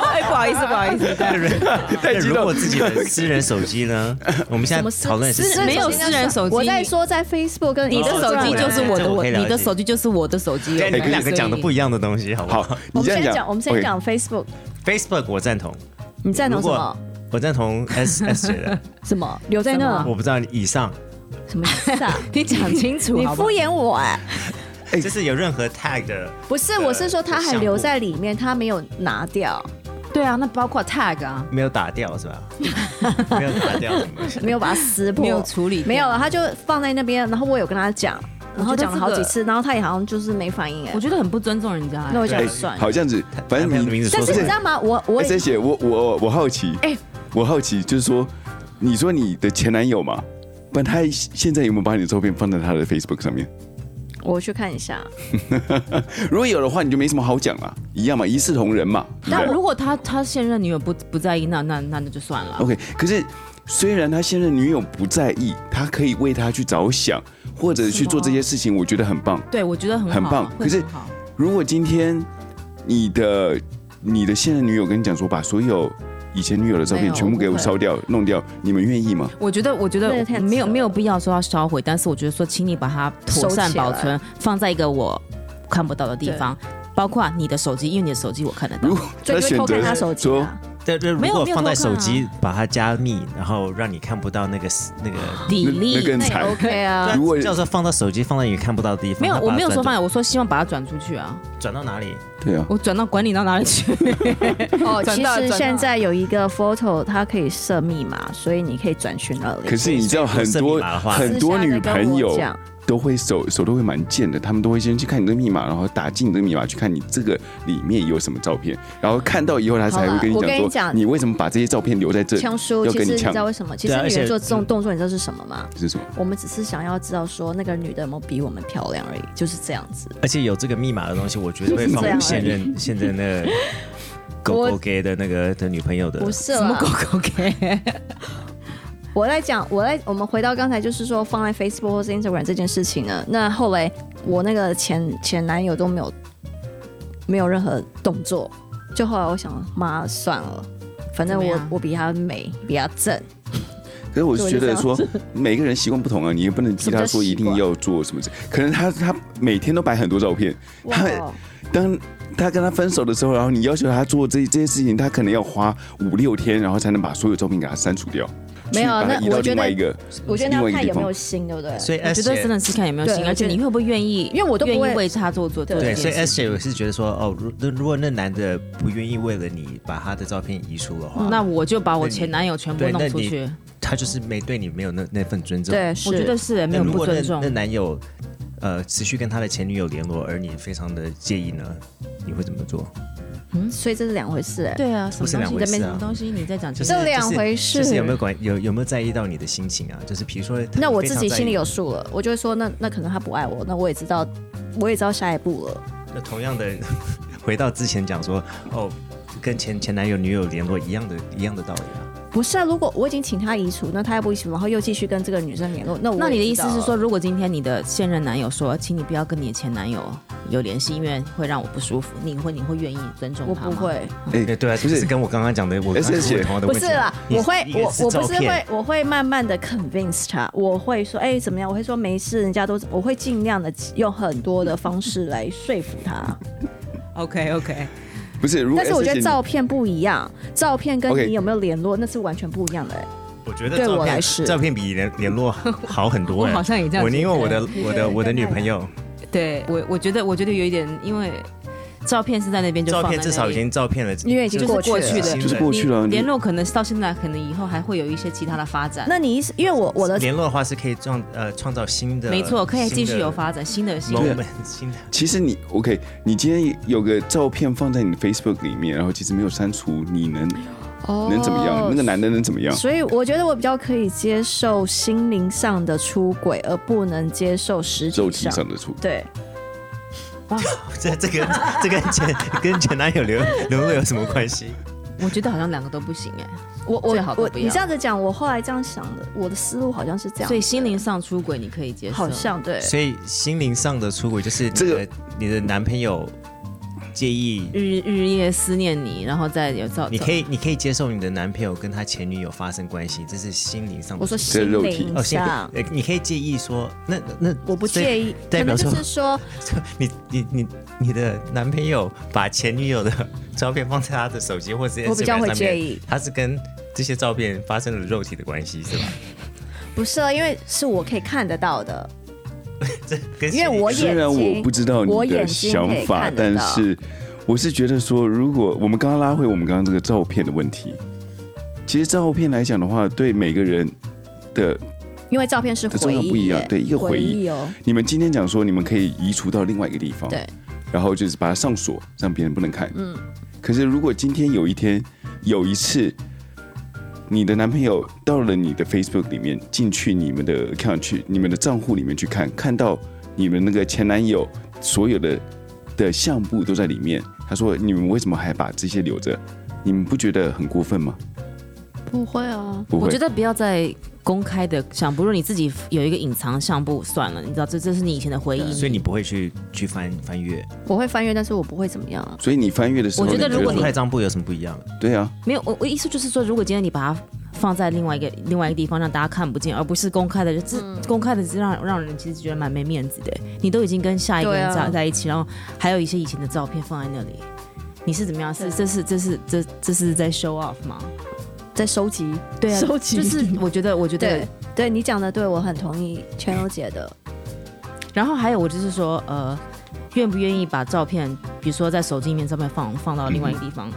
Speaker 4: 哎，不好意思，不好意
Speaker 2: <laughs>
Speaker 4: 思，对
Speaker 1: <laughs> 太
Speaker 2: 那
Speaker 1: 激
Speaker 2: 如
Speaker 1: 动
Speaker 2: 果
Speaker 1: 了，
Speaker 2: 自己的私人手机
Speaker 4: <laughs>
Speaker 2: 呢？我们现
Speaker 4: 什么
Speaker 2: 在
Speaker 4: 私
Speaker 2: 讨论的
Speaker 4: 私
Speaker 2: 是
Speaker 4: 人没有私人手机
Speaker 3: 我在说在 Facebook 跟哎
Speaker 4: 你的手机就是我
Speaker 2: 这
Speaker 4: 的，
Speaker 2: 我
Speaker 4: 我
Speaker 2: 可以了解
Speaker 4: 你的手机就是我的手机。哦
Speaker 2: 对你们哎两个讲的不
Speaker 4: 一
Speaker 2: 一样的东西，好不好
Speaker 3: <laughs>
Speaker 1: 好，你
Speaker 3: 我们
Speaker 1: 这
Speaker 3: 先
Speaker 1: 样
Speaker 3: 讲，我们先讲 Facebook，
Speaker 2: ？Facebook 我赞同，
Speaker 3: 你赞同什
Speaker 2: 如果
Speaker 3: 么？
Speaker 2: 我赞同
Speaker 4: <laughs>
Speaker 2: S S 姐的，
Speaker 3: 什么留在那
Speaker 4: 什
Speaker 2: 我不知道以上，
Speaker 3: 什么意思啊？
Speaker 4: <laughs> 你讲清楚
Speaker 3: 你
Speaker 4: 好不好
Speaker 3: 敷衍我哎、
Speaker 2: 就是有任何 tag 的，
Speaker 3: 不
Speaker 1: 呃
Speaker 3: 是，我是说他还留在里面，他没有拿掉，
Speaker 4: 对啊，那包括 tag 啊，
Speaker 2: 没有打掉是吧？没有打掉什么东西， <laughs>
Speaker 3: 没有把它撕破，
Speaker 4: 没有处理掉，
Speaker 3: 没有了，他就放在那边。然后我有跟他讲，然后讲了好几次，然后他也好像就是没反应哎
Speaker 4: 我。觉得很不尊重人家。
Speaker 3: 那我
Speaker 1: 哎、
Speaker 3: 想算
Speaker 1: 好
Speaker 3: 了，
Speaker 1: 这样子，反正
Speaker 2: 男朋友的
Speaker 1: 你
Speaker 2: 名字
Speaker 3: 但
Speaker 2: 说
Speaker 3: 是
Speaker 2: 出
Speaker 3: 你知
Speaker 2: 来，
Speaker 3: 道吗？我我
Speaker 1: 哎，
Speaker 3: 也
Speaker 1: 这些我我我好奇，
Speaker 3: 哎
Speaker 1: 我好奇就是说，你说你的前男友嘛，但他现在有没有把你的照片放在他的 Facebook 上面？
Speaker 3: 我去看一下。
Speaker 1: 如果有的话，你就没什么好讲了，一样嘛，一视同仁嘛，对
Speaker 4: 但
Speaker 1: 不对
Speaker 4: 如果他他现任女友不不在意，那那那那就算
Speaker 3: 啊
Speaker 4: 了。
Speaker 2: 哦
Speaker 1: ？OK，可是虽然他现任女友不在意，他可以为他去着想，或者去做这些事情，我觉得很棒。
Speaker 4: 对，我觉得很好啊
Speaker 1: 很棒
Speaker 4: 会
Speaker 1: 可是
Speaker 4: 很好
Speaker 1: 如果今天你的你的现任女友跟你讲说，把所有以前女友的照
Speaker 3: 没
Speaker 1: 片
Speaker 3: 有
Speaker 1: 全部给
Speaker 3: 我
Speaker 1: 我
Speaker 3: 不会
Speaker 1: 烧掉、弄掉，你们愿意吗？
Speaker 4: 我觉得，我觉得
Speaker 3: 那个太扯了
Speaker 4: 没有没有必要说要销毁，但是我觉得说，请你把它妥善
Speaker 3: 收起来
Speaker 4: 保存，放在一个我看不到的地方，包括你的手机，因为你的手机我看得到
Speaker 1: 如。果
Speaker 3: 所以
Speaker 1: 他
Speaker 3: 你
Speaker 1: 选
Speaker 3: 会偷看他
Speaker 1: 择
Speaker 3: 手机
Speaker 1: 说
Speaker 3: 啊，
Speaker 2: 对对，如
Speaker 4: 没有
Speaker 2: 果
Speaker 4: 没有
Speaker 2: 放在
Speaker 4: 偷看
Speaker 2: 手
Speaker 4: 啊
Speaker 2: 机把它加密，然后让你看不到那个 <laughs> 那个，
Speaker 4: 比
Speaker 1: 那
Speaker 4: 例
Speaker 1: 更
Speaker 3: 那也
Speaker 1: 惨。
Speaker 3: OK 啊
Speaker 1: <laughs>
Speaker 2: 对啊，
Speaker 1: 如果
Speaker 2: 叫做放到手机放到你看不到的地方，
Speaker 4: 没有，
Speaker 2: 它把
Speaker 4: 我
Speaker 2: 它
Speaker 4: 没有说
Speaker 2: 转
Speaker 4: 放在，我说希望把它转出去啊，
Speaker 2: 转到哪里？
Speaker 1: 对啊，
Speaker 4: 我转到管理到哪
Speaker 2: <laughs>
Speaker 4: 里去？
Speaker 3: 哦，
Speaker 4: 转
Speaker 3: 其
Speaker 4: 到
Speaker 3: 实
Speaker 4: 转到
Speaker 3: 现在有一个 photo，它可以设密码，所以你可以转去那里。
Speaker 1: 可是你知道
Speaker 2: 所以
Speaker 1: 很
Speaker 2: 如
Speaker 1: 多
Speaker 2: 果设密码的话
Speaker 1: 很多女朋
Speaker 3: 私下再跟我
Speaker 1: 友
Speaker 3: 讲
Speaker 1: 都会手手都会蛮贱的，他们都会先去看你的密码，然后打进你的密码去看你这个里面有什么照片，然后看到以后他才会跟
Speaker 3: 好啦我跟你
Speaker 1: 你讲说
Speaker 3: 讲
Speaker 1: 你为什么把这些照片留在这里，
Speaker 3: 枪叔，
Speaker 1: 要
Speaker 3: 其
Speaker 1: 跟
Speaker 3: 实
Speaker 1: 你
Speaker 3: 你知
Speaker 1: 呛
Speaker 3: 道为什么？其
Speaker 2: 对
Speaker 3: 实
Speaker 2: 啊而
Speaker 3: 女
Speaker 2: 且
Speaker 3: 人做这种动作，你知道是什么吗？
Speaker 1: 是什么？
Speaker 3: 我们只是想要知道说那个女的有没有比我们漂亮而已，就是这样子。
Speaker 2: 而且有这个密码的东西，我绝对会放
Speaker 3: 就是这
Speaker 2: 我
Speaker 3: 样
Speaker 2: 现任现任那
Speaker 3: <laughs>
Speaker 2: 个狗狗
Speaker 3: 我
Speaker 2: 给的那个的女朋友的
Speaker 3: 不是
Speaker 4: 什么
Speaker 3: 啦
Speaker 4: 狗，狗给？
Speaker 3: 我在讲，我在我们回到刚才就是说放在 Facebook 或是 Instagram 这件事情呢。那后来我那个前前男友都没有没有任何动作，就后来我想，妈算了，反正
Speaker 4: 怎么
Speaker 3: 我
Speaker 4: 样
Speaker 3: 我比他美，比他正，
Speaker 1: 可是我是觉得说，每个人习惯不同啊，你也不能逼他说一定要做什么事。可能他他每天都摆很多照片，他
Speaker 3: 哇
Speaker 1: 当他跟他分手的时候，然后你要求他做这这些事情，他可能要花五六天，然后才能把所有照片给他删除掉，
Speaker 3: 没有
Speaker 1: 去把它
Speaker 3: 那
Speaker 1: 移到
Speaker 3: 我觉
Speaker 1: 另
Speaker 3: 得
Speaker 1: 外一个，
Speaker 3: 我觉得
Speaker 1: 另
Speaker 3: 你
Speaker 1: 外
Speaker 3: 要
Speaker 1: 一个
Speaker 3: 看
Speaker 1: 地
Speaker 3: 有没
Speaker 1: 方
Speaker 3: 有心，对不对？
Speaker 2: 所以
Speaker 4: <laughs> 我
Speaker 2: S
Speaker 4: 觉得真
Speaker 2: 姐
Speaker 4: 的是看有没有
Speaker 3: 对
Speaker 4: 心，
Speaker 3: 我
Speaker 4: 而且
Speaker 3: 觉得
Speaker 4: 你会不会愿意？
Speaker 3: 因为我都不
Speaker 4: 愿
Speaker 3: 会
Speaker 4: 意为他做做做
Speaker 3: 对
Speaker 2: 对，
Speaker 4: 这件
Speaker 2: 所以
Speaker 4: 事
Speaker 2: S 姐我是觉得说，哦，如那如果那男的不愿意为了你把他的照片移除的话，
Speaker 4: 那我就把我
Speaker 2: 那你
Speaker 4: 前男友全部
Speaker 2: 哎对那
Speaker 4: 弄出
Speaker 2: 你
Speaker 4: 去。
Speaker 2: 他就是没对你没有那那份尊重。，
Speaker 3: 对，是
Speaker 4: 我觉得是
Speaker 2: 那
Speaker 4: 没有
Speaker 2: 如
Speaker 4: 不
Speaker 2: 果那
Speaker 4: 尊重
Speaker 2: 那。男友呃持续跟他的前女友联络，而你非常的介意呢，你会怎么做？
Speaker 3: 所以这是两回事、哎。
Speaker 4: 对啊，什
Speaker 2: 不
Speaker 4: 么
Speaker 2: 是
Speaker 4: 东
Speaker 2: 两回
Speaker 4: 西？
Speaker 2: 事
Speaker 4: 你在没
Speaker 2: 啊
Speaker 4: 什么东西，你在讲
Speaker 2: 就
Speaker 4: 清
Speaker 2: 是
Speaker 4: 楚。
Speaker 3: 这两回事
Speaker 2: 就是就是有没有管有有没有在意到你的心情啊？就是比如说，
Speaker 3: 那我自己心里，有数了，我就会说，那那可能他不爱我，那我也知道，我也知道下一步了。
Speaker 2: 那同样的， <laughs> 回到之前讲说，哦，跟前前男友女友联络一样的一样的道理啊。
Speaker 3: 不是啊，如果我已经请他移除，那他也不移除，然后又继续跟这个女生联络，那我
Speaker 4: 那你的
Speaker 3: 也
Speaker 4: 意
Speaker 3: 知道
Speaker 4: 思是
Speaker 3: 了
Speaker 4: 说，如果今天你的现任男友说，请你不要跟你的前男友有联系，因为会让我不舒服，你会你会愿意尊重
Speaker 3: 我
Speaker 4: 他吗？
Speaker 3: 不会，
Speaker 2: 哎，对啊，
Speaker 1: 不
Speaker 2: 就是哎是跟我刚刚讲的，我
Speaker 1: 而
Speaker 2: 刚
Speaker 1: 且
Speaker 2: 刚问同样的
Speaker 3: 不
Speaker 2: 问
Speaker 3: 是
Speaker 2: 题。
Speaker 3: 啦，
Speaker 2: 你
Speaker 3: 我会
Speaker 2: 你也
Speaker 3: 我我
Speaker 2: 照
Speaker 3: 不是
Speaker 2: 片
Speaker 3: 会我会慢慢的 convince 他，我会说哎、怎么样？我会说没事，人家都我会尽量的用很多的方式来说服他。
Speaker 4: OK OK，
Speaker 1: 不 <laughs> 是，如果
Speaker 3: 但是我
Speaker 1: S
Speaker 3: 觉
Speaker 1: 姐
Speaker 3: 得
Speaker 1: 你
Speaker 3: 照片不一样，照片跟
Speaker 1: OK
Speaker 3: 你有没有联络那是完全不一样的、哎
Speaker 2: 我觉得
Speaker 3: 对
Speaker 2: 照
Speaker 3: 我
Speaker 2: 片
Speaker 3: 来说
Speaker 2: 照片比联联络好
Speaker 3: <laughs>
Speaker 2: 很多、
Speaker 4: 我
Speaker 2: 哎，
Speaker 4: 好像也这样
Speaker 2: 我
Speaker 4: 觉得
Speaker 2: 因为我的
Speaker 3: 对
Speaker 2: 我的我的女朋友
Speaker 4: 对我我觉得我觉得有一点，因为照片是在那边就
Speaker 2: 照
Speaker 4: 放在
Speaker 2: 片
Speaker 4: 那
Speaker 2: 至少已
Speaker 4: 里
Speaker 2: 经照片了，
Speaker 3: 因为已经
Speaker 2: 就是
Speaker 3: 过去了
Speaker 2: 新的
Speaker 1: 就是过去了，
Speaker 4: 你
Speaker 1: 你
Speaker 4: 联络可能到现在，可能以后还会有一些其他的发展。
Speaker 3: 那你意思因为我我的
Speaker 2: 联络的话是可以创呃创造新的，
Speaker 4: 没错，可以继续有
Speaker 2: 发
Speaker 4: 发展，新的新的
Speaker 2: moment 新的。 <laughs>
Speaker 1: 其实你 OK，你今天有个照片放在你的 Facebook 里面，然后其实没有删除，你能
Speaker 3: 哦
Speaker 1: 能怎么样？那个男的能怎么样？
Speaker 3: 所以我觉得我比较可以接受心灵上的出轨，而不能接受实
Speaker 1: 肉
Speaker 3: 体
Speaker 1: 体
Speaker 3: 上。
Speaker 1: 上的处，
Speaker 3: 对，
Speaker 2: 这这个这跟前跟前男友联联络有什么关系？
Speaker 4: 我觉得好像两个都不行哎、
Speaker 3: 我我
Speaker 4: 最好都
Speaker 3: 我
Speaker 4: 不要
Speaker 3: 你这样子讲，我后来这样想的，我的思路好像是这样，
Speaker 4: 所以心灵上出轨你可以接受，
Speaker 3: 好像对
Speaker 2: 所以心灵上的出轨就是你的、
Speaker 1: 这个
Speaker 2: 你的男朋友介意，
Speaker 3: 嗯
Speaker 4: 日日夜思念你，然后再有照，
Speaker 2: 你可
Speaker 4: 以
Speaker 2: 以你可以接受你的男朋友跟他前女友发生关系，这是心灵上的
Speaker 3: 我说
Speaker 2: 出
Speaker 1: 这
Speaker 3: 心
Speaker 1: 肉体
Speaker 3: 灵
Speaker 2: 轨哦，心
Speaker 3: 上。
Speaker 2: 呃你可以介意说那那
Speaker 3: 我不
Speaker 2: 所以
Speaker 3: 介意，
Speaker 2: 代
Speaker 3: 可
Speaker 2: 表
Speaker 3: 能就
Speaker 2: 说 <laughs>
Speaker 3: 是说，
Speaker 2: 你你你你的男朋友把前女友的照片放在他的手机或者
Speaker 3: 我比较
Speaker 2: Instagram
Speaker 3: 会
Speaker 2: 上
Speaker 3: 介
Speaker 2: 面，
Speaker 3: 意，
Speaker 2: 他是跟这些照片发生了肉体的关系
Speaker 3: <laughs>
Speaker 2: 是吧？
Speaker 3: 不是啊，因为是我可以看得到的，
Speaker 2: 这跟
Speaker 3: 因为我
Speaker 1: 虽然我不知道
Speaker 3: 我
Speaker 1: 你的
Speaker 3: 眼睛
Speaker 1: 想
Speaker 3: 可以
Speaker 1: 法，
Speaker 3: 看得
Speaker 1: 但
Speaker 3: 到
Speaker 1: 是我是觉得说，如果我们刚刚拉回我们刚刚这个照片的问题，其实照片来讲的话，对每个人的，
Speaker 3: 因为照片是
Speaker 1: 这重
Speaker 3: 回
Speaker 1: 要
Speaker 3: 忆耶，
Speaker 1: 不一样对一个回
Speaker 3: 回
Speaker 1: 忆
Speaker 3: 哦，
Speaker 1: 你们今天讲说你们可以移除到另外一个地方，
Speaker 3: 对，
Speaker 1: 然后就是把它上锁，让别人不能看。嗯，可是如果今天有一天有一次，你的男朋友到了你的 Facebook 里面，进去你们的 account 去你们的账户里面去看，看到你们那个前男友所有的的相簿都在里面，他说你们为什么还把这些留着？你们不觉得很过分吗？
Speaker 3: 不会啊，
Speaker 1: 不
Speaker 4: 我
Speaker 1: 会
Speaker 4: 觉，得不要再公开的相簿，如果你自己有一个隐藏相簿算了，你知道这这是你以前的回忆，
Speaker 2: 啊呃所以你不会去去翻翻阅，
Speaker 3: 我会翻阅，但是我不会怎么样啊。
Speaker 1: 所以你翻阅的时候，
Speaker 4: 我觉得
Speaker 1: 你
Speaker 4: 如果
Speaker 2: 跟
Speaker 4: 你
Speaker 2: 拍账簿有什么不一样的？
Speaker 1: 对啊，
Speaker 4: 没有，我我意思就是说，如果今天你把它放在另外一个另外一个地方，让大家看不见，而不是公开的，这、
Speaker 3: 嗯
Speaker 4: 公开的是让让人其实觉得蛮没面子的。你都已经跟下一个
Speaker 3: 对
Speaker 4: 人
Speaker 3: 啊
Speaker 4: 在在一起，然后还有一些以前的照片放在那里，你是怎么样？是
Speaker 3: 对
Speaker 4: 这是这是这这是在 show off 吗？
Speaker 3: 在收集，
Speaker 4: 对啊，
Speaker 3: 收集
Speaker 4: 就是我觉得我觉得
Speaker 3: <laughs> 对，对你讲的对，我很同意 Channel 姐的，
Speaker 4: 然后还有我就是说，呃，愿不愿意把照片，比如说在手机里面照片放放到另外一个地方。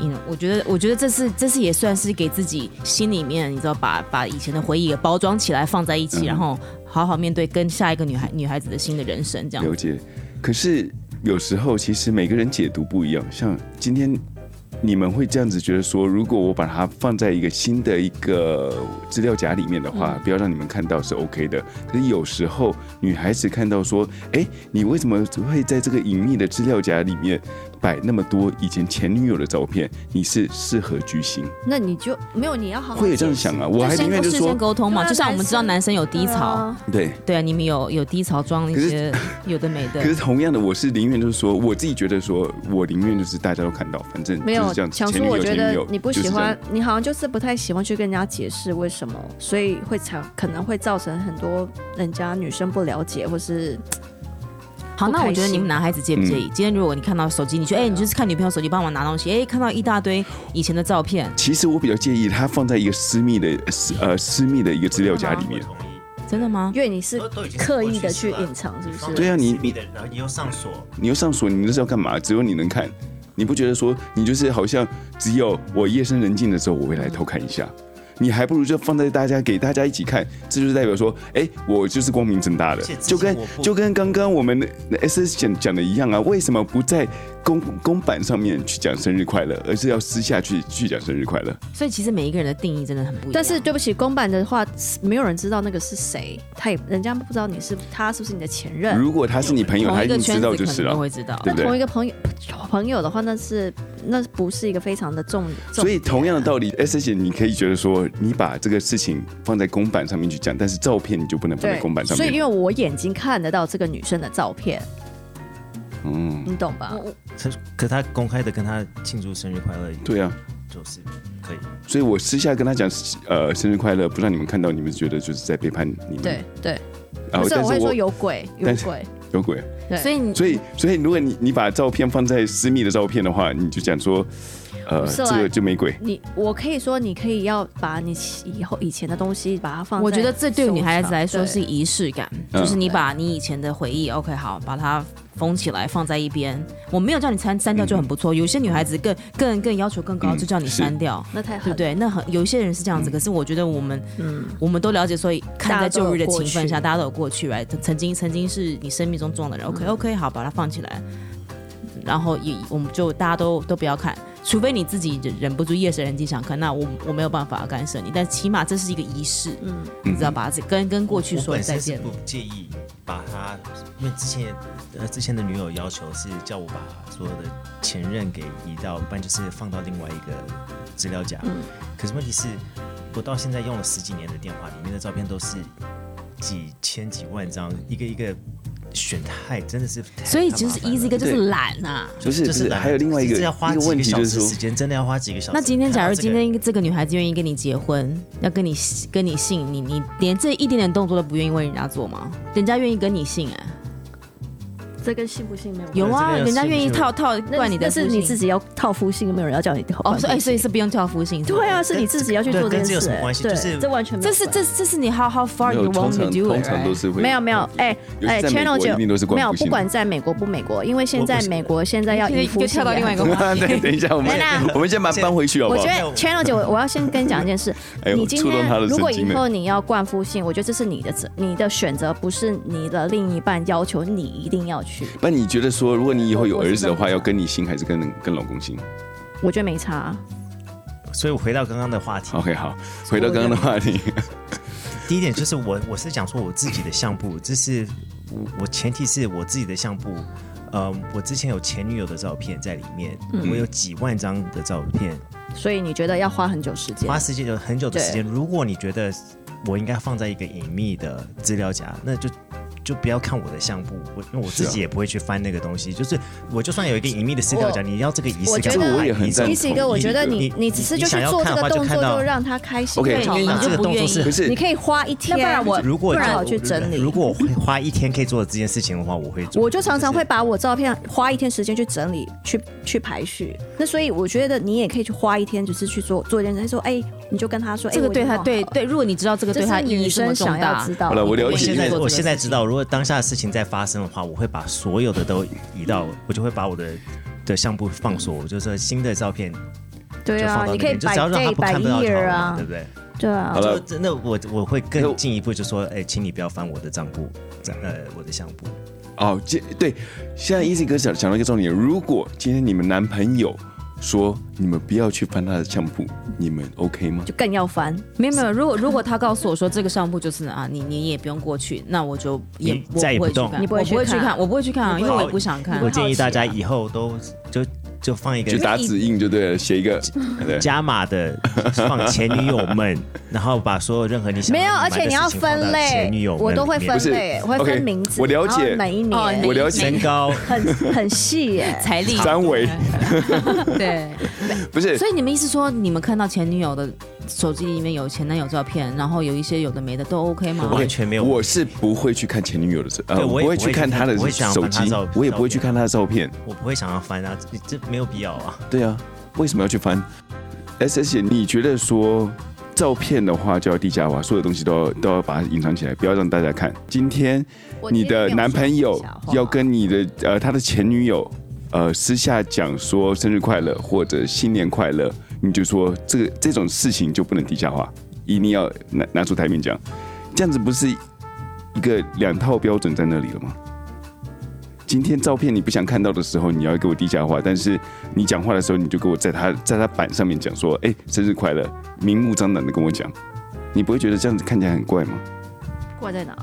Speaker 4: 嗯，我觉得，我觉得这是，这是也算是给自己心里面，你知道，把把以前的回忆也包装起来，放在一起，
Speaker 1: 嗯
Speaker 4: 然后好好面对跟下一个女孩女孩子的新的人生，这样
Speaker 1: 了解。可是有时候其实每个人解读不一样，像今天你们会这样子觉得说，如果我把它放在一个新的一个资料夹里面的
Speaker 3: 嗯
Speaker 1: 话，不要让你们看到是 OK 的。可是有时候女孩子看到说，哎，你为什么会在这个隐秘的资料夹里面摆那么多以前前女友的照片？你是是何居心？
Speaker 3: 那你就没有你要好好
Speaker 1: 会有这样想啊？我还
Speaker 4: 就
Speaker 1: 宁
Speaker 4: 先
Speaker 1: 愿就
Speaker 4: 事先
Speaker 1: 说
Speaker 4: 沟通嘛，
Speaker 3: 对啊
Speaker 4: 就像我们知道男生有
Speaker 3: 对
Speaker 4: 低潮，
Speaker 3: 啊
Speaker 1: 对。
Speaker 4: 对啊，你们有有低潮装一
Speaker 1: 可是
Speaker 4: 些有的没
Speaker 1: 可，
Speaker 4: 的
Speaker 1: 是同样的，我是宁愿就是说，我自己觉得说，我宁愿就是大家都看到，反正
Speaker 3: 没
Speaker 1: 就
Speaker 3: 有
Speaker 1: 是这样子。
Speaker 3: 强
Speaker 1: 前
Speaker 3: 叔，
Speaker 1: 女
Speaker 3: 我
Speaker 1: 友
Speaker 3: 觉
Speaker 1: 前女
Speaker 3: 得
Speaker 1: 友
Speaker 3: 你不
Speaker 1: 就是
Speaker 3: 喜
Speaker 1: 这样
Speaker 3: 欢，你好像就是不太喜欢去跟人家解释为什么，所以会产可能会造成很多人家女生不了解，或是
Speaker 4: 好，那
Speaker 3: 不
Speaker 4: 我
Speaker 3: 开
Speaker 4: 觉得你
Speaker 3: 心
Speaker 4: 们男孩子介不介意？
Speaker 1: 嗯
Speaker 4: 今天如果你看到手机，你觉得哎、
Speaker 3: 对啊
Speaker 4: 你就是看女朋友手机帮我拿东西，哎、看到一大堆以前的照片，
Speaker 1: 其实我比较介意它放在一个私密的私呃私密的一个资料夹里面。
Speaker 2: 同意。
Speaker 4: 真的吗？
Speaker 3: 因为你是
Speaker 2: 都都已经是
Speaker 3: 刻意
Speaker 2: 过
Speaker 3: 的
Speaker 2: 去式
Speaker 3: 去
Speaker 2: 了
Speaker 3: 隐藏，是不是？
Speaker 1: 对啊你
Speaker 2: 你的，然后你又上锁，
Speaker 1: 你又上锁，你那是要干嘛？只有你能看，你不觉得说你就是好像只有我夜深人静的时候我会来偷看一下？你还不如就放在大家给大家一起看，这就是代表说，哎、我就是光明正大的
Speaker 2: 而且，之
Speaker 1: 就
Speaker 2: 前
Speaker 1: 跟
Speaker 2: 我不
Speaker 1: 就跟刚刚我们 S S 讲讲的一样啊，为什么不在公公版上面去讲生日快乐，而是要私下去去讲生日快乐？
Speaker 4: 所以其实每一个人的定义真的很不一样。
Speaker 3: 但是对不起，公版的话，没有人知道那个是谁，他也人家不知道你是他是不是你的前任。
Speaker 1: 如果他是你朋友，
Speaker 4: 同
Speaker 1: 他
Speaker 4: 一
Speaker 1: 一
Speaker 4: 个
Speaker 1: 定
Speaker 4: 圈
Speaker 1: 知道
Speaker 4: 子
Speaker 1: 就
Speaker 4: 可
Speaker 1: 是
Speaker 4: 能都
Speaker 1: 了。
Speaker 4: 会知道。
Speaker 1: 对不对
Speaker 3: 那同一个朋友朋友的话，那是那不是一个非常的重，重
Speaker 1: 所以同样的道理，S <laughs> 姐，你可以觉得说，你把这个事情放在公版上面去讲，但是照片你就不能放在
Speaker 3: 对
Speaker 1: 公版上
Speaker 3: 所以因
Speaker 1: 面。
Speaker 3: 为我眼睛看得到这个女生的照片，
Speaker 1: 嗯，
Speaker 3: 你懂
Speaker 4: 哦
Speaker 3: 吧？
Speaker 2: 可可他公开的跟他庆祝生日快乐，
Speaker 1: 对啊，
Speaker 2: 就是可以。
Speaker 1: 所以我私下跟他讲，呃，生日快乐，不让你们看到，你们觉得就是在背叛你们。
Speaker 3: 对对，
Speaker 1: 啊，
Speaker 3: 不是
Speaker 1: 但
Speaker 3: 我会
Speaker 1: 是
Speaker 3: 说
Speaker 1: 我
Speaker 3: 有鬼，有
Speaker 1: 但是
Speaker 3: <laughs> 鬼。
Speaker 1: 有鬼，
Speaker 3: 对
Speaker 4: 所以你
Speaker 1: 所以所以如果你你把照片放在私密的照片的话，你就讲说，呃，
Speaker 3: 不是啊
Speaker 1: 这
Speaker 3: 啦
Speaker 1: 个就
Speaker 3: <laughs>
Speaker 1: 没鬼。
Speaker 3: 你我可以说，你可以要把你以后以前的东西把它放在收藏。
Speaker 4: 我觉得这对女孩子来说
Speaker 3: 对
Speaker 4: 是仪式感，
Speaker 1: 嗯
Speaker 4: 就是你把你以前的回忆，OK，好，把它封起来放在一边。我没有叫你删删掉就很不错，有些女孩子更更更要求更高，
Speaker 1: 嗯
Speaker 4: 就叫你
Speaker 1: 是嗯
Speaker 4: 删掉。
Speaker 3: 那太狠
Speaker 4: 对
Speaker 3: 了
Speaker 4: 不对？那很有一些人是这样子，可是我觉得我们
Speaker 3: 嗯，
Speaker 4: 我们都了解，所以看在旧日的情分下，
Speaker 3: 大
Speaker 4: 大家都有过去，right？曾嗯经曾经是你生命中重要的人，OK OK，好，把它放起来，然后也我们就大家都都不要看，除非你自己忍忍不住夜深人静想看，那我我没有办法干涉你，但起码这是一个仪式，嗯，你知道吧？这跟跟过去
Speaker 2: 我
Speaker 4: 说
Speaker 2: 本
Speaker 4: 再
Speaker 2: 身是
Speaker 4: 见，
Speaker 2: 不介意把他，因为之前呃之前的女友要求是叫我把所有的前任给移到，不然就是放到另外一个资料夹。可是问题是，我到现在用了十几年的电话，里面的照片都是几千几万张，一个一个选太真的是太
Speaker 4: 所以
Speaker 2: 太
Speaker 4: 其实
Speaker 2: 麻烦了啊
Speaker 4: easy 哥就是懒啊呐。
Speaker 1: 不是
Speaker 2: 就
Speaker 1: 不
Speaker 2: 是
Speaker 1: 是，
Speaker 2: 懒
Speaker 1: 还有另外一个
Speaker 2: 这要花
Speaker 1: 一个
Speaker 2: 几
Speaker 1: 问题
Speaker 2: 小
Speaker 1: 就
Speaker 2: 时
Speaker 1: 是
Speaker 2: 时
Speaker 1: 说，
Speaker 2: 间，真的要花几个小时。
Speaker 4: 那今天
Speaker 2: 看
Speaker 4: 假
Speaker 2: 到
Speaker 4: 如
Speaker 2: 这
Speaker 4: 今
Speaker 2: 个人
Speaker 4: 天这个女孩子愿意跟你结婚，要跟你跟你姓，你你连这一点点动作都不愿意为人家做吗？人家愿意跟你姓哎、
Speaker 3: 这跟信不信没有关系
Speaker 4: 有啊，
Speaker 2: 这个要
Speaker 4: 人家
Speaker 2: 信不
Speaker 4: 愿意
Speaker 2: 信
Speaker 4: 套套
Speaker 3: 那
Speaker 4: 冠你的
Speaker 3: 那
Speaker 4: 夫
Speaker 3: 是
Speaker 4: 姓，
Speaker 3: 你自己要套夫姓，没有人要叫你套。
Speaker 4: 哦，所以哎，所以
Speaker 3: 是
Speaker 4: 是不用叫夫姓，
Speaker 3: 对啊，
Speaker 4: 是
Speaker 3: 是你自己要去
Speaker 2: 对
Speaker 3: 做这
Speaker 2: 跟
Speaker 3: 件
Speaker 2: 这有什
Speaker 3: 事
Speaker 2: 么
Speaker 3: 欸，
Speaker 2: 关系
Speaker 3: 对
Speaker 2: 就是
Speaker 3: 这完全
Speaker 4: 不
Speaker 3: 没
Speaker 4: 是
Speaker 3: 有
Speaker 4: 这是
Speaker 3: 关
Speaker 4: 这这是你 how how far
Speaker 1: 没
Speaker 4: you
Speaker 1: 有
Speaker 4: want
Speaker 1: 通
Speaker 4: to
Speaker 1: 常
Speaker 4: do
Speaker 1: 通
Speaker 4: it，
Speaker 1: 常都
Speaker 4: right？
Speaker 1: 是会
Speaker 3: 没有没有哎
Speaker 1: 尤
Speaker 3: 哎
Speaker 1: 其在
Speaker 3: ，Channel
Speaker 1: 美国
Speaker 3: 九
Speaker 1: 一定都是
Speaker 3: 没有，
Speaker 1: 不
Speaker 3: 不
Speaker 1: 行
Speaker 3: 管在美国不美国，因为现在
Speaker 2: 我不
Speaker 3: 美国现在要
Speaker 4: 你可以
Speaker 3: 迎夫
Speaker 4: 你可以
Speaker 3: 姓
Speaker 4: 跳到
Speaker 3: 也
Speaker 4: 另外一
Speaker 3: 很
Speaker 4: 个话题
Speaker 1: 对，等一下，我们
Speaker 3: 来啦
Speaker 1: 我们先把它搬回去好不
Speaker 3: 我
Speaker 1: 好
Speaker 3: 觉？
Speaker 2: 好
Speaker 3: 得 Channel 九，我要先跟你讲一件事。
Speaker 1: <laughs> 哎呦
Speaker 3: 你今
Speaker 1: 触动他
Speaker 3: 天
Speaker 1: 的
Speaker 3: 如果
Speaker 1: 神经
Speaker 3: 以
Speaker 1: 了
Speaker 3: 后你要冠夫姓，我觉得这是你的责，你的选择，不是你的另一半要求你一定要去。
Speaker 1: 那你觉得说，如果你以后有儿子的
Speaker 3: 我
Speaker 1: 话，
Speaker 3: 是
Speaker 1: 要
Speaker 3: 这么想
Speaker 1: 跟你姓还是跟跟老公姓
Speaker 3: 我觉得没差啊，
Speaker 2: 所以我回到刚刚的话题，
Speaker 1: ？OK，好，回到刚刚的话题，
Speaker 2: 第一点就是我我是讲说我自己的相簿，这是我我前提是我自己的相簿，呃，我之前有前女友的照片在里面，
Speaker 4: 嗯
Speaker 2: 我有几万张的照片，
Speaker 3: 所以你觉得要花很久时间
Speaker 2: 花？时间有很久的时间。如果你觉得我应该放在一个隐秘的资料夹，那就。就不要看我的相簿，我因为我自
Speaker 1: 是啊
Speaker 2: 己也不会去翻那个东西。就是我就算有一个隐秘的资料夹，
Speaker 3: 我
Speaker 2: 你要这个仪式
Speaker 3: 我
Speaker 2: 感，
Speaker 3: 觉得
Speaker 1: 这个我也很赞同
Speaker 3: 一起哥，我觉得
Speaker 2: 你
Speaker 3: 你
Speaker 2: 你
Speaker 3: 你只是
Speaker 2: 你
Speaker 3: 就
Speaker 2: 想
Speaker 3: 去
Speaker 2: 要
Speaker 3: 做
Speaker 2: 看的
Speaker 3: 这个
Speaker 2: 话就
Speaker 3: 动
Speaker 2: 看
Speaker 3: 作，
Speaker 2: 到
Speaker 3: 就让他开心
Speaker 1: OK，
Speaker 3: 就好
Speaker 2: 因为
Speaker 3: 吗
Speaker 2: 这？个动作是
Speaker 1: 可是
Speaker 3: 你可以花一天，
Speaker 4: 那不然我
Speaker 2: 如果
Speaker 3: 不然
Speaker 2: 就
Speaker 3: 我去整理。
Speaker 2: 如果我会花一天可以做这件事情的话，我会做。
Speaker 3: 我就常常会把我照片花一天时间去整理、去去排序。那所以我觉得你也可以去花一天，只是去做做一件事。他说：“哎、你就跟他说，哎、
Speaker 4: 这个
Speaker 3: 我已
Speaker 4: 对
Speaker 3: 经
Speaker 4: 他
Speaker 3: 弄好
Speaker 4: 对
Speaker 3: 了，
Speaker 4: 对，如果你知道这个
Speaker 3: 这
Speaker 4: 对他
Speaker 3: 是
Speaker 4: 意义
Speaker 3: 女
Speaker 4: 这
Speaker 3: 生
Speaker 4: 么重
Speaker 3: 想要
Speaker 4: 大
Speaker 3: 知，道
Speaker 1: 好
Speaker 3: 的。
Speaker 1: 了我了
Speaker 2: 我
Speaker 1: 解
Speaker 2: 现在
Speaker 1: 因为
Speaker 2: 我现在知道，如果当下的事情再发生的话，我会把所有的都移到，我就会把我的的相簿放锁，我就说新的照片就
Speaker 3: 对
Speaker 2: 放
Speaker 3: 啊，
Speaker 2: 到
Speaker 3: 你
Speaker 2: 那
Speaker 3: 可以
Speaker 2: 边，就
Speaker 3: 摆
Speaker 2: 只要让他
Speaker 3: day
Speaker 2: 不
Speaker 3: 摆
Speaker 2: 看不到就好
Speaker 3: year
Speaker 2: 了嘛，
Speaker 3: 啊
Speaker 2: 对，不对？
Speaker 3: 对啊
Speaker 1: 好，了
Speaker 2: 就真的我我会
Speaker 1: 那我
Speaker 2: 更进一步就说，哎，请你不要翻我的账簿，呃，我的相簿。
Speaker 1: 哦，这对，现在 Easy 哥讲讲到一个重点，如果今天你们男朋友说你们不要去翻他的相簿，你们 OK 吗？
Speaker 3: 就更要翻。
Speaker 4: 没有没有，如果如果他告诉我说这个相簿就是啊，你你也不用过去，那我就也
Speaker 2: 你
Speaker 4: 我
Speaker 2: 再也
Speaker 4: 不会
Speaker 2: 不动
Speaker 4: 去看，
Speaker 3: 你不会
Speaker 4: 我不会
Speaker 3: 去
Speaker 4: 去
Speaker 3: 看
Speaker 4: 看，我不会去看啊，因为我也不想看
Speaker 2: 我
Speaker 3: 好。
Speaker 2: 建议大家
Speaker 3: 奇啊
Speaker 2: 以后都就就放一个
Speaker 1: 就打指印就对了，写一个对。
Speaker 2: 加码的放前女友们，然后把所有任何你想
Speaker 3: 没有，
Speaker 2: 要
Speaker 3: 而且
Speaker 2: 瞒的
Speaker 3: 你要
Speaker 2: 事情放到
Speaker 3: 分类
Speaker 2: 前女友，们
Speaker 3: 我都会
Speaker 2: 里面
Speaker 3: 分
Speaker 1: 是
Speaker 3: 类，我会
Speaker 1: OK，
Speaker 3: 分名字，
Speaker 1: 我了
Speaker 3: 然后
Speaker 1: 解
Speaker 3: 哪一
Speaker 4: 哦
Speaker 3: 年，
Speaker 4: 你。
Speaker 1: 我了解
Speaker 2: 身高，
Speaker 3: 很 <laughs> 很细耶
Speaker 4: 财力
Speaker 1: 三维，
Speaker 4: 对，
Speaker 1: <laughs> 不是
Speaker 4: 所以你们意思说，你们看到前女友的手机里面有前男友照片，然后有一些有的没的都 OK 吗？
Speaker 2: 完全没有
Speaker 1: 我是不会去看前女友的手，呃，
Speaker 2: 对我也
Speaker 1: 不会去看她的
Speaker 2: 我也不会
Speaker 1: 手
Speaker 2: 想翻她
Speaker 1: 机
Speaker 2: 照，啊
Speaker 1: 我也不会去看她的照片。
Speaker 2: 我不会想要翻啊，这这没有必要啊。
Speaker 1: 对啊，为什么要去翻？S S 姐，你觉得说照片的话就要低价化，所有东西都要都要把它隐藏起来，不要让大家看。今天
Speaker 3: 我
Speaker 1: 你
Speaker 3: 今天
Speaker 1: 的
Speaker 3: 没有
Speaker 1: 男
Speaker 3: 说
Speaker 1: 朋友
Speaker 3: 小话
Speaker 1: 要跟你的呃他的前女友呃私下讲说生日快乐或者新年快乐，你就说这个这种事情就不能低价化，一定要拿拿出台面讲，这样子不是一个两套标准在那里了吗？今天照片你不想看到的时候，你要给我低价化，但是你讲话的时候，你就给我在他在他板上面讲说，哎、生日快乐，明目张胆的跟我讲，你不会觉得这样子看起来很怪吗？
Speaker 3: <laughs> 怪在哪？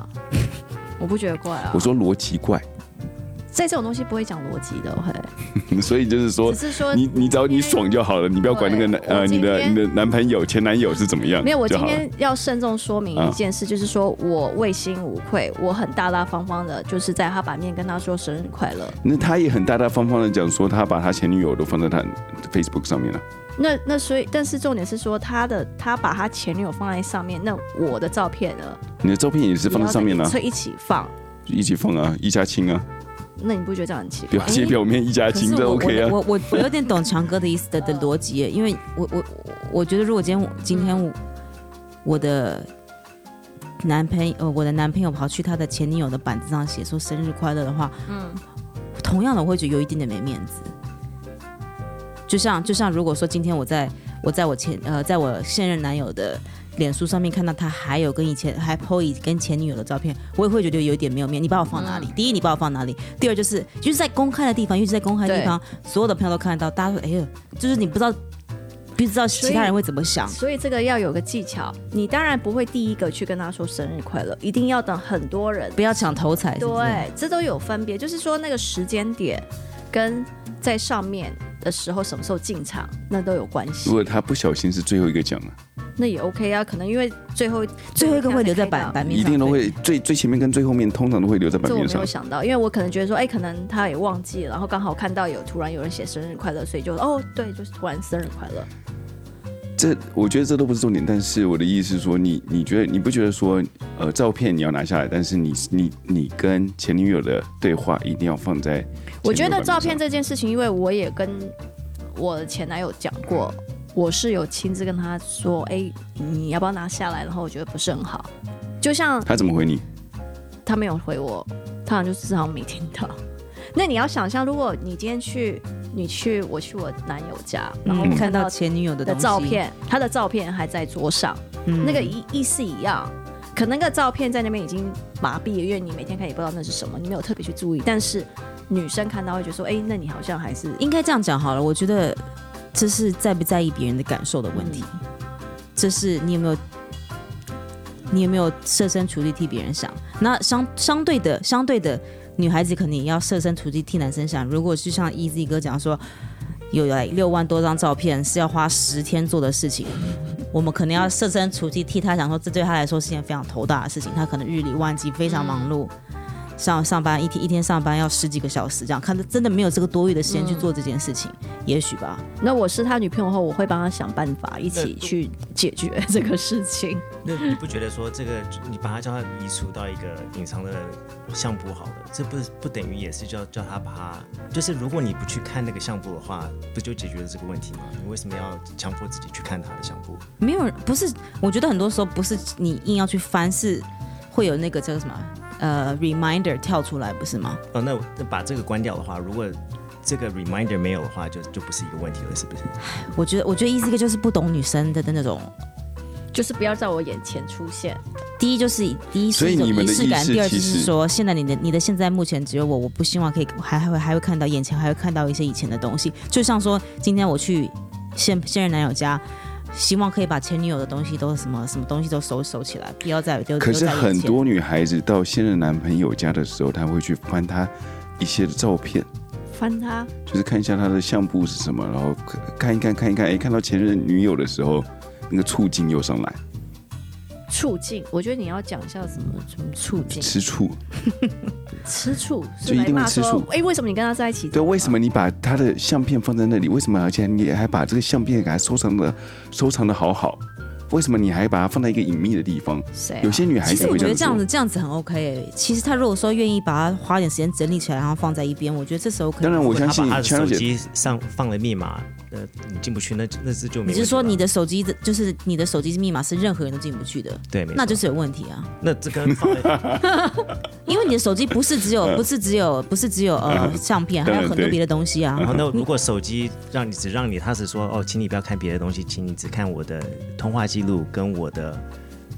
Speaker 3: 我不觉得怪啊
Speaker 1: 我。说逻辑怪， <laughs>
Speaker 3: 在这种东西不会讲逻辑的，会
Speaker 1: 所以就是说
Speaker 3: 只，是说
Speaker 1: 你你只要你爽就好了，你不要管那个男
Speaker 3: 对
Speaker 1: 呃
Speaker 3: 我
Speaker 1: 你
Speaker 3: 今
Speaker 1: 的
Speaker 3: 天
Speaker 1: 你的男朋友前男友是怎么样，
Speaker 3: 没有，我
Speaker 1: 就
Speaker 3: 今
Speaker 1: 好了啊
Speaker 3: 天要慎重说明一件事，就是说我问心无愧，我很大大方方的，就是在他把面跟他说生日快乐。
Speaker 1: 那他也很大大方方的讲说，他把他前女友都放在他 Facebook 上面了。
Speaker 3: 那那所以，但是重点是说他的他把他前女友放在上面，那我的照片呢？
Speaker 1: 你的照片也是放
Speaker 3: 也
Speaker 1: 在
Speaker 3: 要
Speaker 1: 上面了、啊
Speaker 3: 所以一起放。
Speaker 1: 一起放啊，一家亲啊，
Speaker 3: 那你不觉得这样很奇怪？
Speaker 1: 表姐表妹一家
Speaker 4: 可
Speaker 1: 亲
Speaker 4: 是
Speaker 1: 这
Speaker 4: 我
Speaker 1: OK 啊。
Speaker 4: 我我我我有点懂强哥的意思的的逻辑耶，因为我我我我觉得如果今天我今天我我的男朋友呃我的男朋友跑去他的前女友的板子上写说生日快乐的话，嗯，同样的我会觉得有一点点没面子。就像就像如果说今天我在我在我前呃在我现任男友的脸书上面看到他还有跟以前还 po 以跟前女友的照片，我也会觉得有一点没有面。你把我放哪里？第一，你把我放哪里？第二，就是就是在公开的地方，因为是在公开的地方，所有的朋友都看得到，大家会哎呦，就是你不知道不知道其他人会怎么想。
Speaker 3: 所以这个要有个技巧，你当然不会第一个去跟他说生日快乐，一定要等很多人。
Speaker 4: 不要抢头彩，是不是？
Speaker 3: 对，这都有分别，就是说那个时间点跟在上面的时候什么时候进场，那都有关
Speaker 1: 如
Speaker 3: 系。
Speaker 1: 果他不小心是最后一个讲了，
Speaker 3: 那也 OK 啊，可能因为最后
Speaker 4: 最后一个会留在
Speaker 3: 这
Speaker 4: 版
Speaker 3: 样才
Speaker 4: 版面
Speaker 1: 一
Speaker 4: 上，
Speaker 1: 定都
Speaker 4: 对
Speaker 1: 会嗯最最前面跟最后面通常都会留在版
Speaker 3: 这我
Speaker 1: 面
Speaker 3: 没
Speaker 1: 上
Speaker 3: 有。想到，因为我可能觉得说，哎，可能他也忘记了，然后刚好看到有突然有人写生日快乐，所以就哦，对，就是突然生日快
Speaker 4: <laughs>
Speaker 3: 乐。
Speaker 1: 这我觉得这都不是重点，但是我的意思是说，你你觉得你不觉得说，呃，照片你要拿下来，但是你你你跟前女友的对话一定要放在
Speaker 3: 我觉
Speaker 1: 前女友版
Speaker 3: 得
Speaker 1: 面
Speaker 3: 照片
Speaker 1: 上
Speaker 3: 这件事情，因为我也跟我的前男友讲过，我是有亲自跟他说，哎，你要不要拿下来？然后我觉得不是很好，就像
Speaker 1: 他怎么回你？
Speaker 3: 他没有回我，他好像就至少没听到。 <laughs> 那你要想象，如果你今天去，你去我去我男友家，然后
Speaker 4: 嗯
Speaker 3: 我
Speaker 4: 看
Speaker 3: 看到
Speaker 4: 到前女友的
Speaker 3: 的
Speaker 4: 东西
Speaker 3: 照，片，他的照片还在桌上，
Speaker 4: 嗯
Speaker 3: 那个意意思一样。可能那个照片在那边已经麻痹了，因为你每天看也不知道那是什么，你没有特别去注意。但是女生看到会觉得说，哎、那你好像还是
Speaker 4: 应该这样讲好了。我觉得这是在不在意别人的感受的问题，这是你有没有你有没有设身处地替别人想。那相相对的，相对的，女孩子肯定也要设身处地替男生想。如果就像 Easy 哥讲说，有来六万多张照片是要花十天做的事情，我们可能要设身处地替他想说，这对他来说是件非常头大的事情，他可能日理万机，非常忙碌。上上班一天一天上班要十几个小时，这样看他真的没有这个多余的时间去做这件事情，也许吧。
Speaker 3: 那我是他女朋友后，我会帮他想办法一起去解决这个事情。 <laughs>
Speaker 2: 那你不觉得说这个你把它叫它移除到一个隐藏的相簿好了，这不不等于也是叫叫他把它，就是如果你不去看那个相簿的话，不就解决了这个问题吗？你为什么要强迫自己去看他的相簿？
Speaker 4: 没有人不是，我觉得很多时候不是你硬要去翻，是会有那个叫什么呃 reminder 跳出来，不是吗？
Speaker 2: 哦，那我那把这个关掉的话，如果这个 reminder 没有的话，就就不是一个问题了，是不是？
Speaker 4: 我觉得我觉得 Easy 哥就是不懂女生的的那种。
Speaker 3: 就是不要在我眼前出现。
Speaker 4: 第一就是第一
Speaker 1: 所
Speaker 4: 是
Speaker 1: 以
Speaker 4: 一种
Speaker 1: 你们
Speaker 4: 仪
Speaker 1: 的
Speaker 4: 式感，
Speaker 1: 意识
Speaker 4: 第二就
Speaker 1: 其
Speaker 4: 是
Speaker 1: 实
Speaker 4: 说，现在你的你的现在目前只有我，我不希望可以还还会还会看到眼前还会看到一些以前的东西，就像说今天我去现现任男友家。希望可以把前女友的东西都什么什么东西都收收起来，不要再丢。
Speaker 1: 可
Speaker 4: 丢
Speaker 1: 是
Speaker 4: 在眼
Speaker 1: 很
Speaker 4: 前
Speaker 1: 多女孩子到现任男朋友家的时候，她会去翻他一些的照片，
Speaker 3: 翻他，
Speaker 1: 就是看一下他的相簿是什么，然后看一看看一看，哎，看到前任女友的时候，那个醋劲又上来，
Speaker 3: 促进，我觉得你要讲一下怎么怎么促进
Speaker 1: 吃醋。
Speaker 3: 吃醋，
Speaker 1: 就一定会
Speaker 3: 是
Speaker 1: 吃
Speaker 3: 来骂
Speaker 1: 醋
Speaker 3: 说，哎、为什么你跟他在一起？
Speaker 1: 对，为什么你把他的相片放在那里？为什么而且你还把这个相片给他收藏的收藏的好好？为什么你还把它放在一个隐秘的地方？
Speaker 3: 谁、啊？
Speaker 1: 有些女孩
Speaker 4: 其
Speaker 1: 子
Speaker 4: 实我
Speaker 1: 会
Speaker 4: 觉
Speaker 1: 这样
Speaker 4: 得这样
Speaker 1: 做
Speaker 4: 子。这样子很 OK 诶、其实他如果说愿意把它花点时间整理起来，然后放在一边，我觉得这是 OK 的。
Speaker 1: 当然，我
Speaker 2: 如果
Speaker 1: 相
Speaker 2: 他
Speaker 1: 信
Speaker 2: 把他的
Speaker 1: 强
Speaker 2: 手
Speaker 1: 姐
Speaker 2: 机上放了密码，呃，你进不去，那那是就没问
Speaker 4: 你
Speaker 2: 题
Speaker 4: 是说
Speaker 1: 啊
Speaker 2: 了
Speaker 4: 你的手机的，就是你的手机密码是任何人都进不去的，
Speaker 2: 对，没
Speaker 4: 那
Speaker 2: 错
Speaker 4: 就是有问题啊！
Speaker 2: 那这跟放在
Speaker 4: <laughs> 因为你的手机不是只有不是只有不是只有呃相片，还
Speaker 1: 当
Speaker 4: 有
Speaker 1: 然
Speaker 4: 很多
Speaker 1: 嗯对嗯
Speaker 4: 别的东西啊。
Speaker 2: 然后那如果手机让你只让你，他是说哦，请你不要看别的东西，请你只看我的通话记录跟我的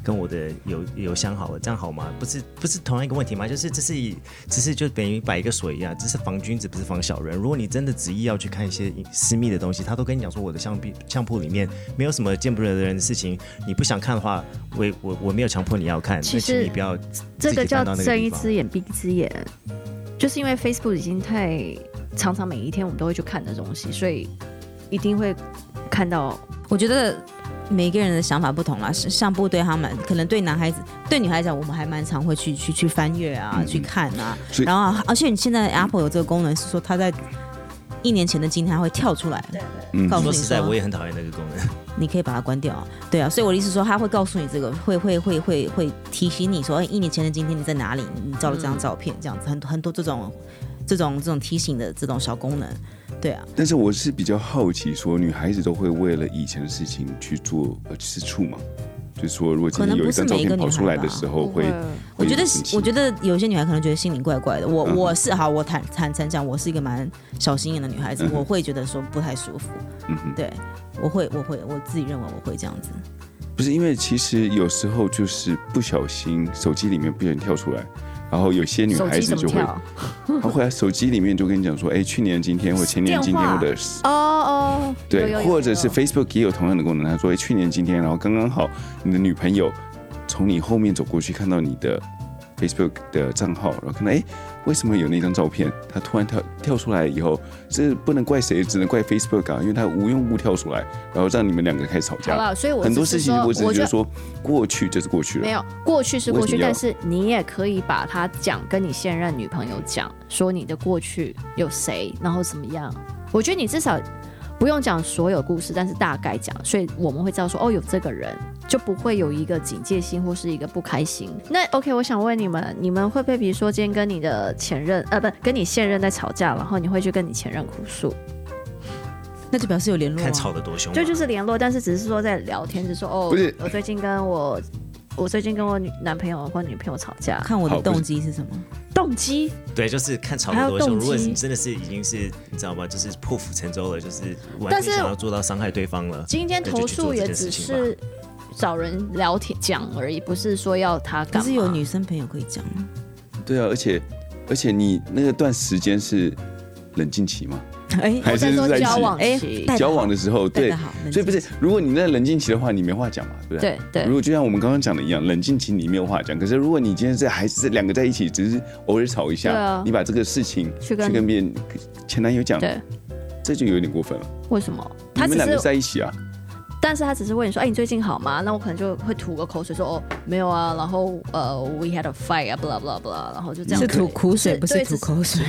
Speaker 2: 跟我的邮邮箱好了，这样好吗？不是不是同样一个问题吗？就是这是以只是就等于摆一个水一样，这是防君子不是防小人。如果你真的执意要去看一些私密的东西，他都跟你讲说我的相片相簿里面没有什么见不得人的事情，你不想看的话，我也我我没有强迫你要看，
Speaker 3: 其
Speaker 2: 那请
Speaker 3: 实
Speaker 2: 你不要
Speaker 3: 这
Speaker 2: 自
Speaker 3: 个
Speaker 2: 己
Speaker 3: 叫
Speaker 2: 搬到那个
Speaker 3: 睁
Speaker 2: 地
Speaker 3: 一
Speaker 2: 方
Speaker 3: 只眼闭一只眼。就是因为 Facebook 已经太常常每一天我们都会去看的东西，所以一定会看到
Speaker 4: 我觉得每个人的想法不同啦，是像部队他们可能对男孩子、对女孩子，我们还蛮常会去去去翻阅啊、
Speaker 1: 嗯
Speaker 4: 去看啊。
Speaker 1: 所以
Speaker 4: 然后，而且你现在 Apple 有这个功能是说，它在一年前的今天它会跳出来，
Speaker 1: 嗯
Speaker 3: 哦
Speaker 4: 告诉
Speaker 2: 说
Speaker 4: 你
Speaker 2: 实在，
Speaker 4: 说
Speaker 2: 我也很讨厌那个功
Speaker 3: 啊
Speaker 2: 能。
Speaker 4: 你可以把它关掉啊。对啊，所以我的意思是说，它会告诉你这个，会会会会会提醒你说，哎，一年前的今天你在哪里？你照了这张照片，这样子很很多这种这种这种提醒的这种小功能。对啊，
Speaker 1: 但是我是比较好奇，说女孩子都会为了以前的事情去做呃吃醋嘛？就说如果今
Speaker 4: 可
Speaker 1: 天
Speaker 4: 能
Speaker 1: 有
Speaker 4: 不
Speaker 1: 一
Speaker 4: 是
Speaker 1: 张照
Speaker 4: 每一
Speaker 1: 片
Speaker 4: 个
Speaker 1: 跑
Speaker 4: 女
Speaker 1: 出来
Speaker 4: 孩
Speaker 1: 的
Speaker 4: 吧
Speaker 1: 时候
Speaker 3: 不
Speaker 1: 会，
Speaker 3: 会
Speaker 1: 会
Speaker 4: 我觉得
Speaker 1: 生气
Speaker 4: 我觉得有些女孩可能觉得心里怪怪的。我
Speaker 1: 嗯
Speaker 4: 我是好，我坦坦诚讲，我是一个蛮小心眼的女孩子
Speaker 1: 嗯，哼
Speaker 4: 我会觉得说不太舒服。
Speaker 1: 嗯哼，
Speaker 4: 对，我会我会我自己认为我会这样子。
Speaker 1: 不是因为其实有时候就是不小心手机里面不小心跳出来，然后有些女
Speaker 3: 手
Speaker 1: 孩
Speaker 3: 机
Speaker 1: 子
Speaker 3: 怎么
Speaker 1: 就会，
Speaker 3: 跳？
Speaker 1: 她会在手机里面就跟你讲说，哎，去年今天或前年今天
Speaker 3: 电话
Speaker 1: 或者
Speaker 3: 哦哦，有有
Speaker 1: 对，
Speaker 3: 有
Speaker 1: 或者
Speaker 3: 有
Speaker 1: 是 Facebook 也有同样的功能，他说诶去年今天，然后刚刚好你的女朋友从你后面走过去，看到你的 Facebook 的账号，然后看到哎，诶为什么有那张照片？他突然跳跳出来以后，这不能怪谁，只能怪 Facebook 啊，因为他无缘无故跳出来，然后让你们两个开始吵
Speaker 3: 好
Speaker 1: 架。
Speaker 3: 吧，所以我
Speaker 1: 很多
Speaker 3: 只
Speaker 1: 事
Speaker 3: 是
Speaker 1: 情
Speaker 3: 说
Speaker 1: 我只是
Speaker 3: 我
Speaker 1: 觉
Speaker 3: 觉
Speaker 1: 得
Speaker 3: 得
Speaker 1: 说，过去就是过去了。
Speaker 3: 没有，过去是过去，
Speaker 1: 为什么要
Speaker 3: 但是你也可以把它讲跟你现任女朋友讲，说你的过去有谁，然后怎么样。我觉得你至少不用讲所有故事，但是大概讲，所以我们会知道说哦有这个人，就不会有一个警戒心或是一个不开心。那 OK，我想问你们，你们会不会比如说今天跟你的前任呃不跟你现任在吵架，然后你会去跟你前任哭诉？
Speaker 4: 那就表示有联络、啊。
Speaker 2: 看吵得多凶吧，
Speaker 3: 就就是联络，但是只是说在聊天，只是说哦，
Speaker 1: 不是
Speaker 3: 我最近跟我我最近跟我女男朋友或女朋友吵架，
Speaker 4: 看我
Speaker 1: 好
Speaker 4: 的
Speaker 1: 不是
Speaker 4: 动机是什么？
Speaker 3: 动机
Speaker 2: 对，就是看吵
Speaker 3: 还
Speaker 2: 得
Speaker 3: 有
Speaker 2: 多凶。
Speaker 3: 动
Speaker 2: 如果
Speaker 3: 机
Speaker 2: 你真的是已经是你知道吗？就是破釜沉舟了，就是完
Speaker 3: 但
Speaker 2: 全
Speaker 3: 是
Speaker 2: 想要做到伤害对方了。
Speaker 3: 今天投诉也只是找人聊天讲而已，不是说要他
Speaker 4: 可
Speaker 3: 干嘛。
Speaker 4: 是有女生朋友可以讲吗，
Speaker 1: 对啊，而且而且你那段时间是冷静期嘛，
Speaker 4: 哎
Speaker 1: 还
Speaker 3: 我在
Speaker 1: 是
Speaker 3: 说
Speaker 1: 在一
Speaker 3: 交
Speaker 1: 起
Speaker 3: 往
Speaker 4: 哎
Speaker 3: 期，
Speaker 4: 带得
Speaker 1: 交
Speaker 4: 好
Speaker 1: 往的时候，
Speaker 4: 带
Speaker 1: 对
Speaker 4: 得，好，冷
Speaker 1: 所以
Speaker 4: 静
Speaker 1: 不是，如果你那冷静期的话，你没话讲嘛，对不对？
Speaker 3: 对对
Speaker 1: 如，果就像我们刚刚讲的一样，冷静期你没有话讲，可是如果你今天是还是两个在一起，只是偶尔吵一下，
Speaker 3: 对啊
Speaker 1: 你把这个事情
Speaker 3: 去
Speaker 1: 去
Speaker 3: 跟
Speaker 1: 跟别人前男友讲，
Speaker 3: 对，
Speaker 1: 这就有点过分了。
Speaker 3: 为什么？
Speaker 1: 你
Speaker 3: 他
Speaker 1: 们
Speaker 3: 只
Speaker 1: 两个
Speaker 3: 是，
Speaker 1: 在一起啊，
Speaker 3: 但是他只是问你说，哎，你最近好吗？那我可能就会吐个口水说，哦，没有啊，然后呃，we had a fight 啊，blah blah blah，然后就这样。
Speaker 4: 是吐苦水，
Speaker 3: 是
Speaker 4: 不是
Speaker 3: 对
Speaker 4: 吐
Speaker 3: 只是
Speaker 4: 口水。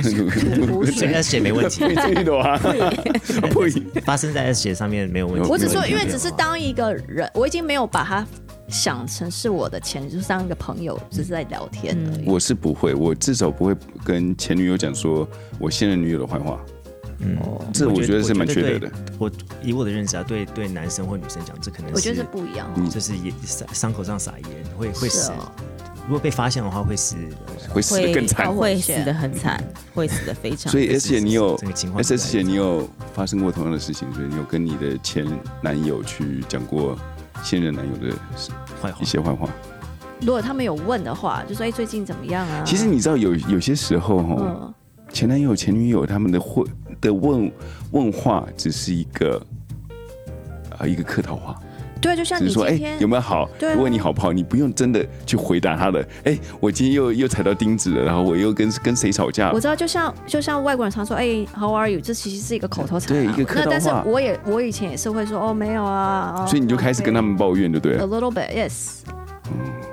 Speaker 3: 吐苦
Speaker 2: 人
Speaker 3: 水
Speaker 2: 家。写没问题，
Speaker 1: <laughs> 这一朵啊， <laughs> 不行，
Speaker 2: 发生在 S 写上面没有问题。
Speaker 3: 我只说，因为只是当一个人，我已经没有把他想成是我的前，就是当一个朋友，只是在聊天而已。
Speaker 1: 我是不会，我至少不会跟前女友讲说我现任女友的坏话，
Speaker 2: 嗯，
Speaker 1: 这我觉得是蛮缺德的。
Speaker 2: 我以我的认识啊，对对，男生或女生讲，这可能
Speaker 3: 我觉得是不一样
Speaker 1: 嗯
Speaker 3: 哦。
Speaker 2: 就是也伤伤口上撒盐，会会
Speaker 3: 是
Speaker 2: 死
Speaker 3: 哦。
Speaker 2: 如果被发现的话，会死。
Speaker 1: 会死 <laughs> 的更惨。
Speaker 4: 会死的很惨，会死的非常。
Speaker 1: 所以
Speaker 2: 会
Speaker 1: S 姐你有
Speaker 2: 这个情况
Speaker 1: ，S 姐你有发生过同样的事情，所以你有跟你的前男友去讲过现任男友的
Speaker 2: 坏话
Speaker 1: 一，些坏话。
Speaker 3: 啊如果他们有问的话，就说哎，最近怎么样啊？
Speaker 1: 其实你知道有有些时候哈、
Speaker 3: 嗯，
Speaker 1: 前男友、前女友他们的会的问问话，只是一个呃一个客套话，
Speaker 3: 对，就像
Speaker 1: 只
Speaker 3: 你
Speaker 1: 是
Speaker 3: 今
Speaker 1: 说哎、
Speaker 3: 天
Speaker 1: 有没有好
Speaker 3: 对啊，
Speaker 1: 问你好不好，你不用真的去回答他的。哎、我今天又又踩到钉子了，然后我又跟跟谁吵架
Speaker 3: 我？知道，就像就像外国人常说，哎、h o w are you？这其实是一个口头禅、啊。
Speaker 1: 对一个客套
Speaker 3: 那但是
Speaker 1: 话
Speaker 3: 我也我以前也是会说，哦，没有啊。哦
Speaker 1: 所以你就开始跟他呃们抱怨，对不对
Speaker 3: a？little bit yes。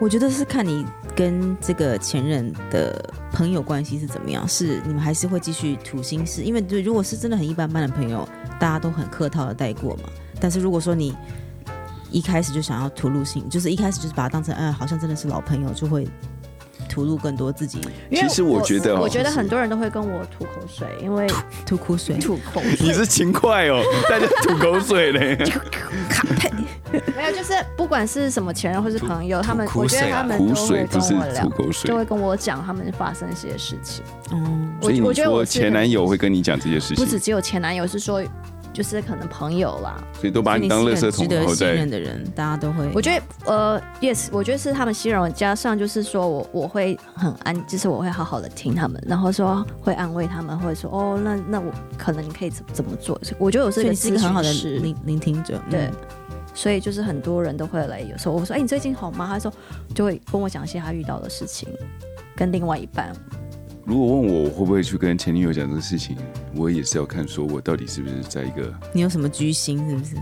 Speaker 4: 我觉得是看你跟这个前任的朋友关系是怎么样，是你们还是会继续吐心事？因为对，如果是真的很一般般的朋友，大家都很客套的带过嘛。但是如果说你一开始就想要吐露性，就是一开始就是把它当成，嗯，好像真的是老朋友，就会吐露更多自己
Speaker 3: 因为
Speaker 1: 其实我觉得哦
Speaker 3: 我觉得很多人都会跟我吐口水，因为哎
Speaker 4: 吐苦水。
Speaker 3: 吐口
Speaker 1: 你
Speaker 3: 水
Speaker 1: 是勤快哦，大家吐口水嘞。
Speaker 3: 没有，就是不管是什么前任或是朋友，他们
Speaker 2: 吐
Speaker 3: 我
Speaker 2: 苦
Speaker 3: 觉得
Speaker 2: 水啊
Speaker 3: 他们
Speaker 1: 苦
Speaker 3: 都会
Speaker 1: 水不
Speaker 3: 跟
Speaker 1: 是
Speaker 3: 我聊
Speaker 1: 吐，口水
Speaker 3: 就，会跟我讲他们发生一些事情。
Speaker 4: 嗯，
Speaker 3: 我
Speaker 1: 所以
Speaker 3: 我
Speaker 1: 你
Speaker 3: 觉得我
Speaker 1: 说
Speaker 3: 是
Speaker 1: 前男友会跟你讲这些事
Speaker 3: 不
Speaker 1: 情，
Speaker 3: 止只有前男友，是说就是可能朋友啦，
Speaker 1: 所以都把你当垃圾
Speaker 4: 所以
Speaker 1: 桶，
Speaker 4: 你是
Speaker 1: 然
Speaker 4: 很值
Speaker 1: 后
Speaker 4: 得信
Speaker 1: 再
Speaker 4: 任的人，大家都会。
Speaker 3: 我觉得呃，yes，我觉得是他们形容，加上就是说我我会很安，就是我会好好的听他们，然后说会安慰他们，或者说哦，那那我可能你可以怎么怎么做？我觉得我是
Speaker 4: 所以你
Speaker 3: 个
Speaker 4: 是一个很好的
Speaker 3: 咨询师
Speaker 4: 聆聆听者，嗯
Speaker 3: 对。所以就是很多人都会来，有时候我说：“哎、你最近好吗？”他说就会跟我讲一些他遇到的事情，跟另外一半
Speaker 1: 如果问我我会不会去跟前女友讲这个事情，我也是要看说我到底是不是在一个
Speaker 4: 你有什么居心是不是？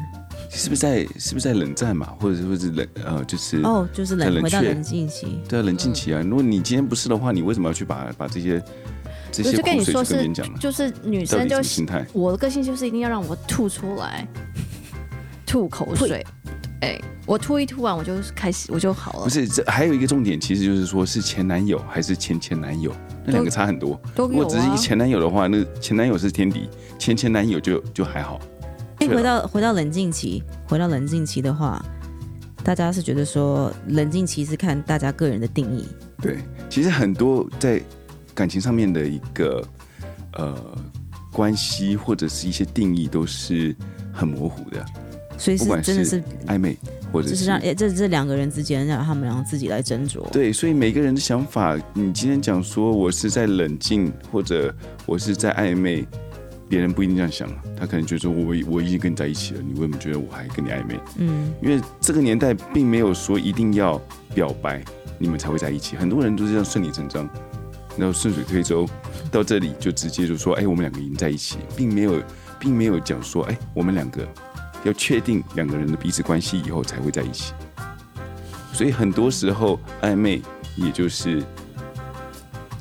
Speaker 1: 是不是在是不是在冷战嘛，或者是或者是冷呃就是
Speaker 4: 哦，就是
Speaker 1: 在
Speaker 4: 冷
Speaker 1: 冷
Speaker 4: 回到
Speaker 1: 却
Speaker 4: 冷静期，
Speaker 1: 对啊冷静期啊。如果你今天不是的话，你为什么要去把把这些这
Speaker 3: 我
Speaker 1: 些
Speaker 3: 就跟
Speaker 1: 苦
Speaker 3: 你
Speaker 1: 水
Speaker 3: 说
Speaker 1: 去跟别
Speaker 3: 是
Speaker 1: 人讲呢？
Speaker 3: 就是女
Speaker 1: 到底什
Speaker 3: 生就
Speaker 1: 么
Speaker 3: 是
Speaker 1: 心态？
Speaker 3: 我的个性就是一定要让我吐出 <laughs> 来，吐口水。哎，我吐一吐完我就开始我就好了
Speaker 1: 不，是，这还有一个重点，其实就是说是前男友还是前前男友，那两个差很多。
Speaker 3: 都
Speaker 1: 如果
Speaker 3: 有
Speaker 1: 只是一
Speaker 3: 啊。
Speaker 1: 前男友的话，那前男友是天敌，前前男友就就还好。
Speaker 4: 哎，
Speaker 1: 对啊
Speaker 4: 回到回到冷静期，回到冷静期的话，大家是觉得说冷静期是看大家个人的定义，
Speaker 1: 对，其实很多在感情上面的一个呃关系或者是一些定义都是很模糊的，
Speaker 4: 所以是
Speaker 1: 不管
Speaker 4: 真的
Speaker 1: 是
Speaker 4: 是
Speaker 1: 暧昧或者
Speaker 4: 就是是让诶这这两个人之间让他们让自己来斟酌。
Speaker 1: 对，所以每个人的想法，你今天讲说我是在冷静，或者我是在暧昧，别人不一定这样想，他可能觉得说我我已经跟你在一起了，你为什么觉得我还跟你暧昧？
Speaker 4: 嗯，
Speaker 1: 因为这个年代并没有说一定要表白你们才会在一起，很多人都是这样顺理成章，然后顺水推舟，到这里就直接就说，哎，我们两个已经在一起，并没有，并没有讲说，哎，我们两个要确定两个人的彼此关系以后才会在一起，所以很多时候暧昧也就是。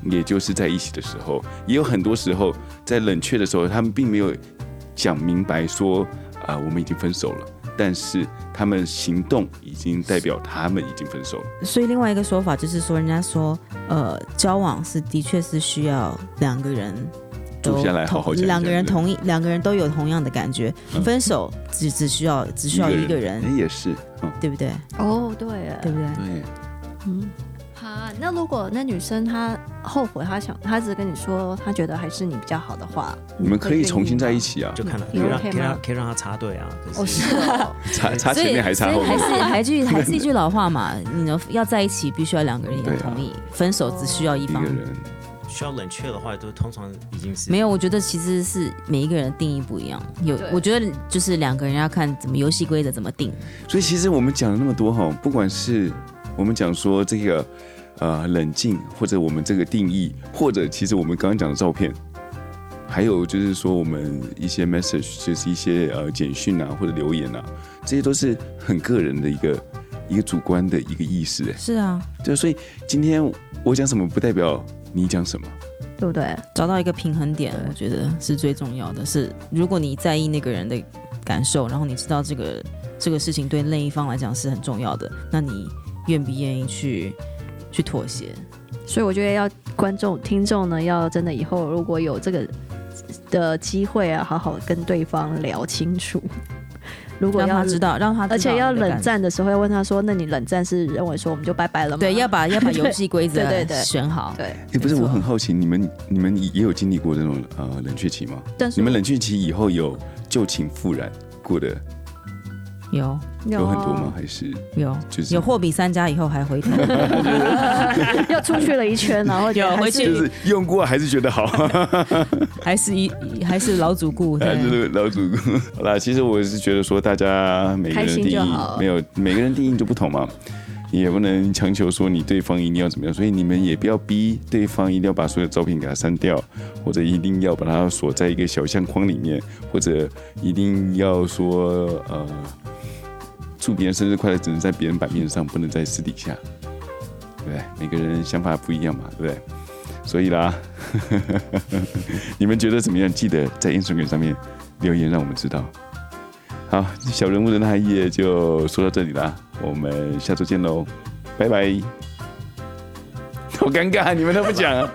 Speaker 1: 也就是在一起的时候，也有很多时候在冷却的时候，他们并没有讲明白说啊、我们已经分手了，但是他们行动已经代表他们已经分手了。
Speaker 4: 所以另外一个说法就是说，人家说，呃，交往是的确是需要两个人都
Speaker 1: 坐下来好好讲一下
Speaker 4: 两个人
Speaker 1: 对嗯
Speaker 4: 同意，两个人都有同样的感觉。分手只只需要只需要一个人，
Speaker 1: 哎，也是，嗯，
Speaker 4: 对不对？
Speaker 3: 哦，对，
Speaker 4: 对不啊对？
Speaker 1: 对，
Speaker 3: 嗯。啊，那如果那女生她后悔，她想，她只跟你说她觉得还是你比较好的话，
Speaker 1: 你们
Speaker 3: 会
Speaker 1: 可以
Speaker 3: 愿
Speaker 1: 重新
Speaker 3: 吗
Speaker 1: 在一。起啊，
Speaker 2: 就看了，可
Speaker 3: 你
Speaker 2: 以让可
Speaker 3: OK
Speaker 2: 以
Speaker 3: 吗
Speaker 2: 让可以让他插队啊。可
Speaker 3: 哦，是 <laughs> 哦，
Speaker 1: 差差啊前面还差后
Speaker 4: 所以还 <laughs>
Speaker 1: 面，
Speaker 4: 是还是
Speaker 1: <laughs>
Speaker 4: 一句还是一句老话嘛，你要要在一起必须要两个人也
Speaker 1: 对啊
Speaker 4: 同意，分手只需要一
Speaker 1: 一个
Speaker 4: 方。
Speaker 1: 人
Speaker 2: 需要冷却的话，都通常已经是
Speaker 4: 没有，我觉得其实是每一个人的定义不一样。有
Speaker 3: 对，
Speaker 4: 我觉得就是两个人要看怎么游戏规则怎么定。
Speaker 1: 所以其实我们讲了那么多哈，不管是我们讲说这个呃冷静，或者我们这个定义，或者其实我们刚刚讲的照片，还有就是说我们一些 message，就是一些呃简讯啊或者留言啊，这些都是很个人的一个一个主观的一个意识。哎，
Speaker 4: 是啊，
Speaker 1: 对啊，所以今天我讲什么不代表你讲什么。
Speaker 3: 对不对？
Speaker 4: 找到一个平衡点，我觉得是最重要的。是如果你在意那个人的感受，然后你知道这个这个事情对另一方来讲是很重要的，那你愿不愿意去去妥协？
Speaker 3: 所以我觉得要观众、听众呢，要真的以后如果有这个的机会啊，好好跟对方聊清楚。如果
Speaker 4: 让
Speaker 3: 要
Speaker 4: 他知，道，让他知道
Speaker 3: 而且要
Speaker 4: 你的感
Speaker 3: 冷战的时候，要问他说：“那你冷战是认为说我们就拜拜了吗？”
Speaker 4: 对，要
Speaker 3: <laughs>
Speaker 4: 把要把游戏规则
Speaker 3: 嗯对对对
Speaker 4: 选好。
Speaker 3: 对。
Speaker 1: 哎，不是，
Speaker 4: 没错
Speaker 1: 我很好奇，你们你们也有经历过这种呃冷却期吗？
Speaker 3: 但是
Speaker 1: 你们冷却期以后有旧情复燃过的
Speaker 4: 有
Speaker 3: 啊
Speaker 1: 有很多吗？？还是
Speaker 4: 有
Speaker 1: 就是
Speaker 4: 有货比三家以后还
Speaker 3: <laughs>
Speaker 4: 回头，
Speaker 3: 又出去了一圈，然后觉得
Speaker 4: 有
Speaker 3: 还
Speaker 4: 回
Speaker 3: 是
Speaker 4: 去
Speaker 1: 就是用过还是觉
Speaker 4: <laughs>
Speaker 1: 得好，
Speaker 4: 还是一还是老主顾。
Speaker 1: 还
Speaker 4: 对。
Speaker 1: 是老主顾。好啦，其实我是觉得说，大家每个人的
Speaker 3: 开心就
Speaker 1: 定义
Speaker 3: 好
Speaker 1: 没有每个人定义就不同嘛，你也不能强求说你对方一定要怎么样，所以你们也不要逼对方一定要把所有照片给他删掉，或者一定要把它锁在一个小相框里面，或者一定要说呃。祝别人生日快乐，只能在别人版面上，不能在私底下，对不对？每个人想法不一样嘛，对不对？所以啦， <laughs> 你们觉得怎么样？记得在 Instagram 上面留言，让我们知道。好，小人物的那一页就说到这里啦，我们下周见喽，拜拜。好尴尬，你们都不讲、啊。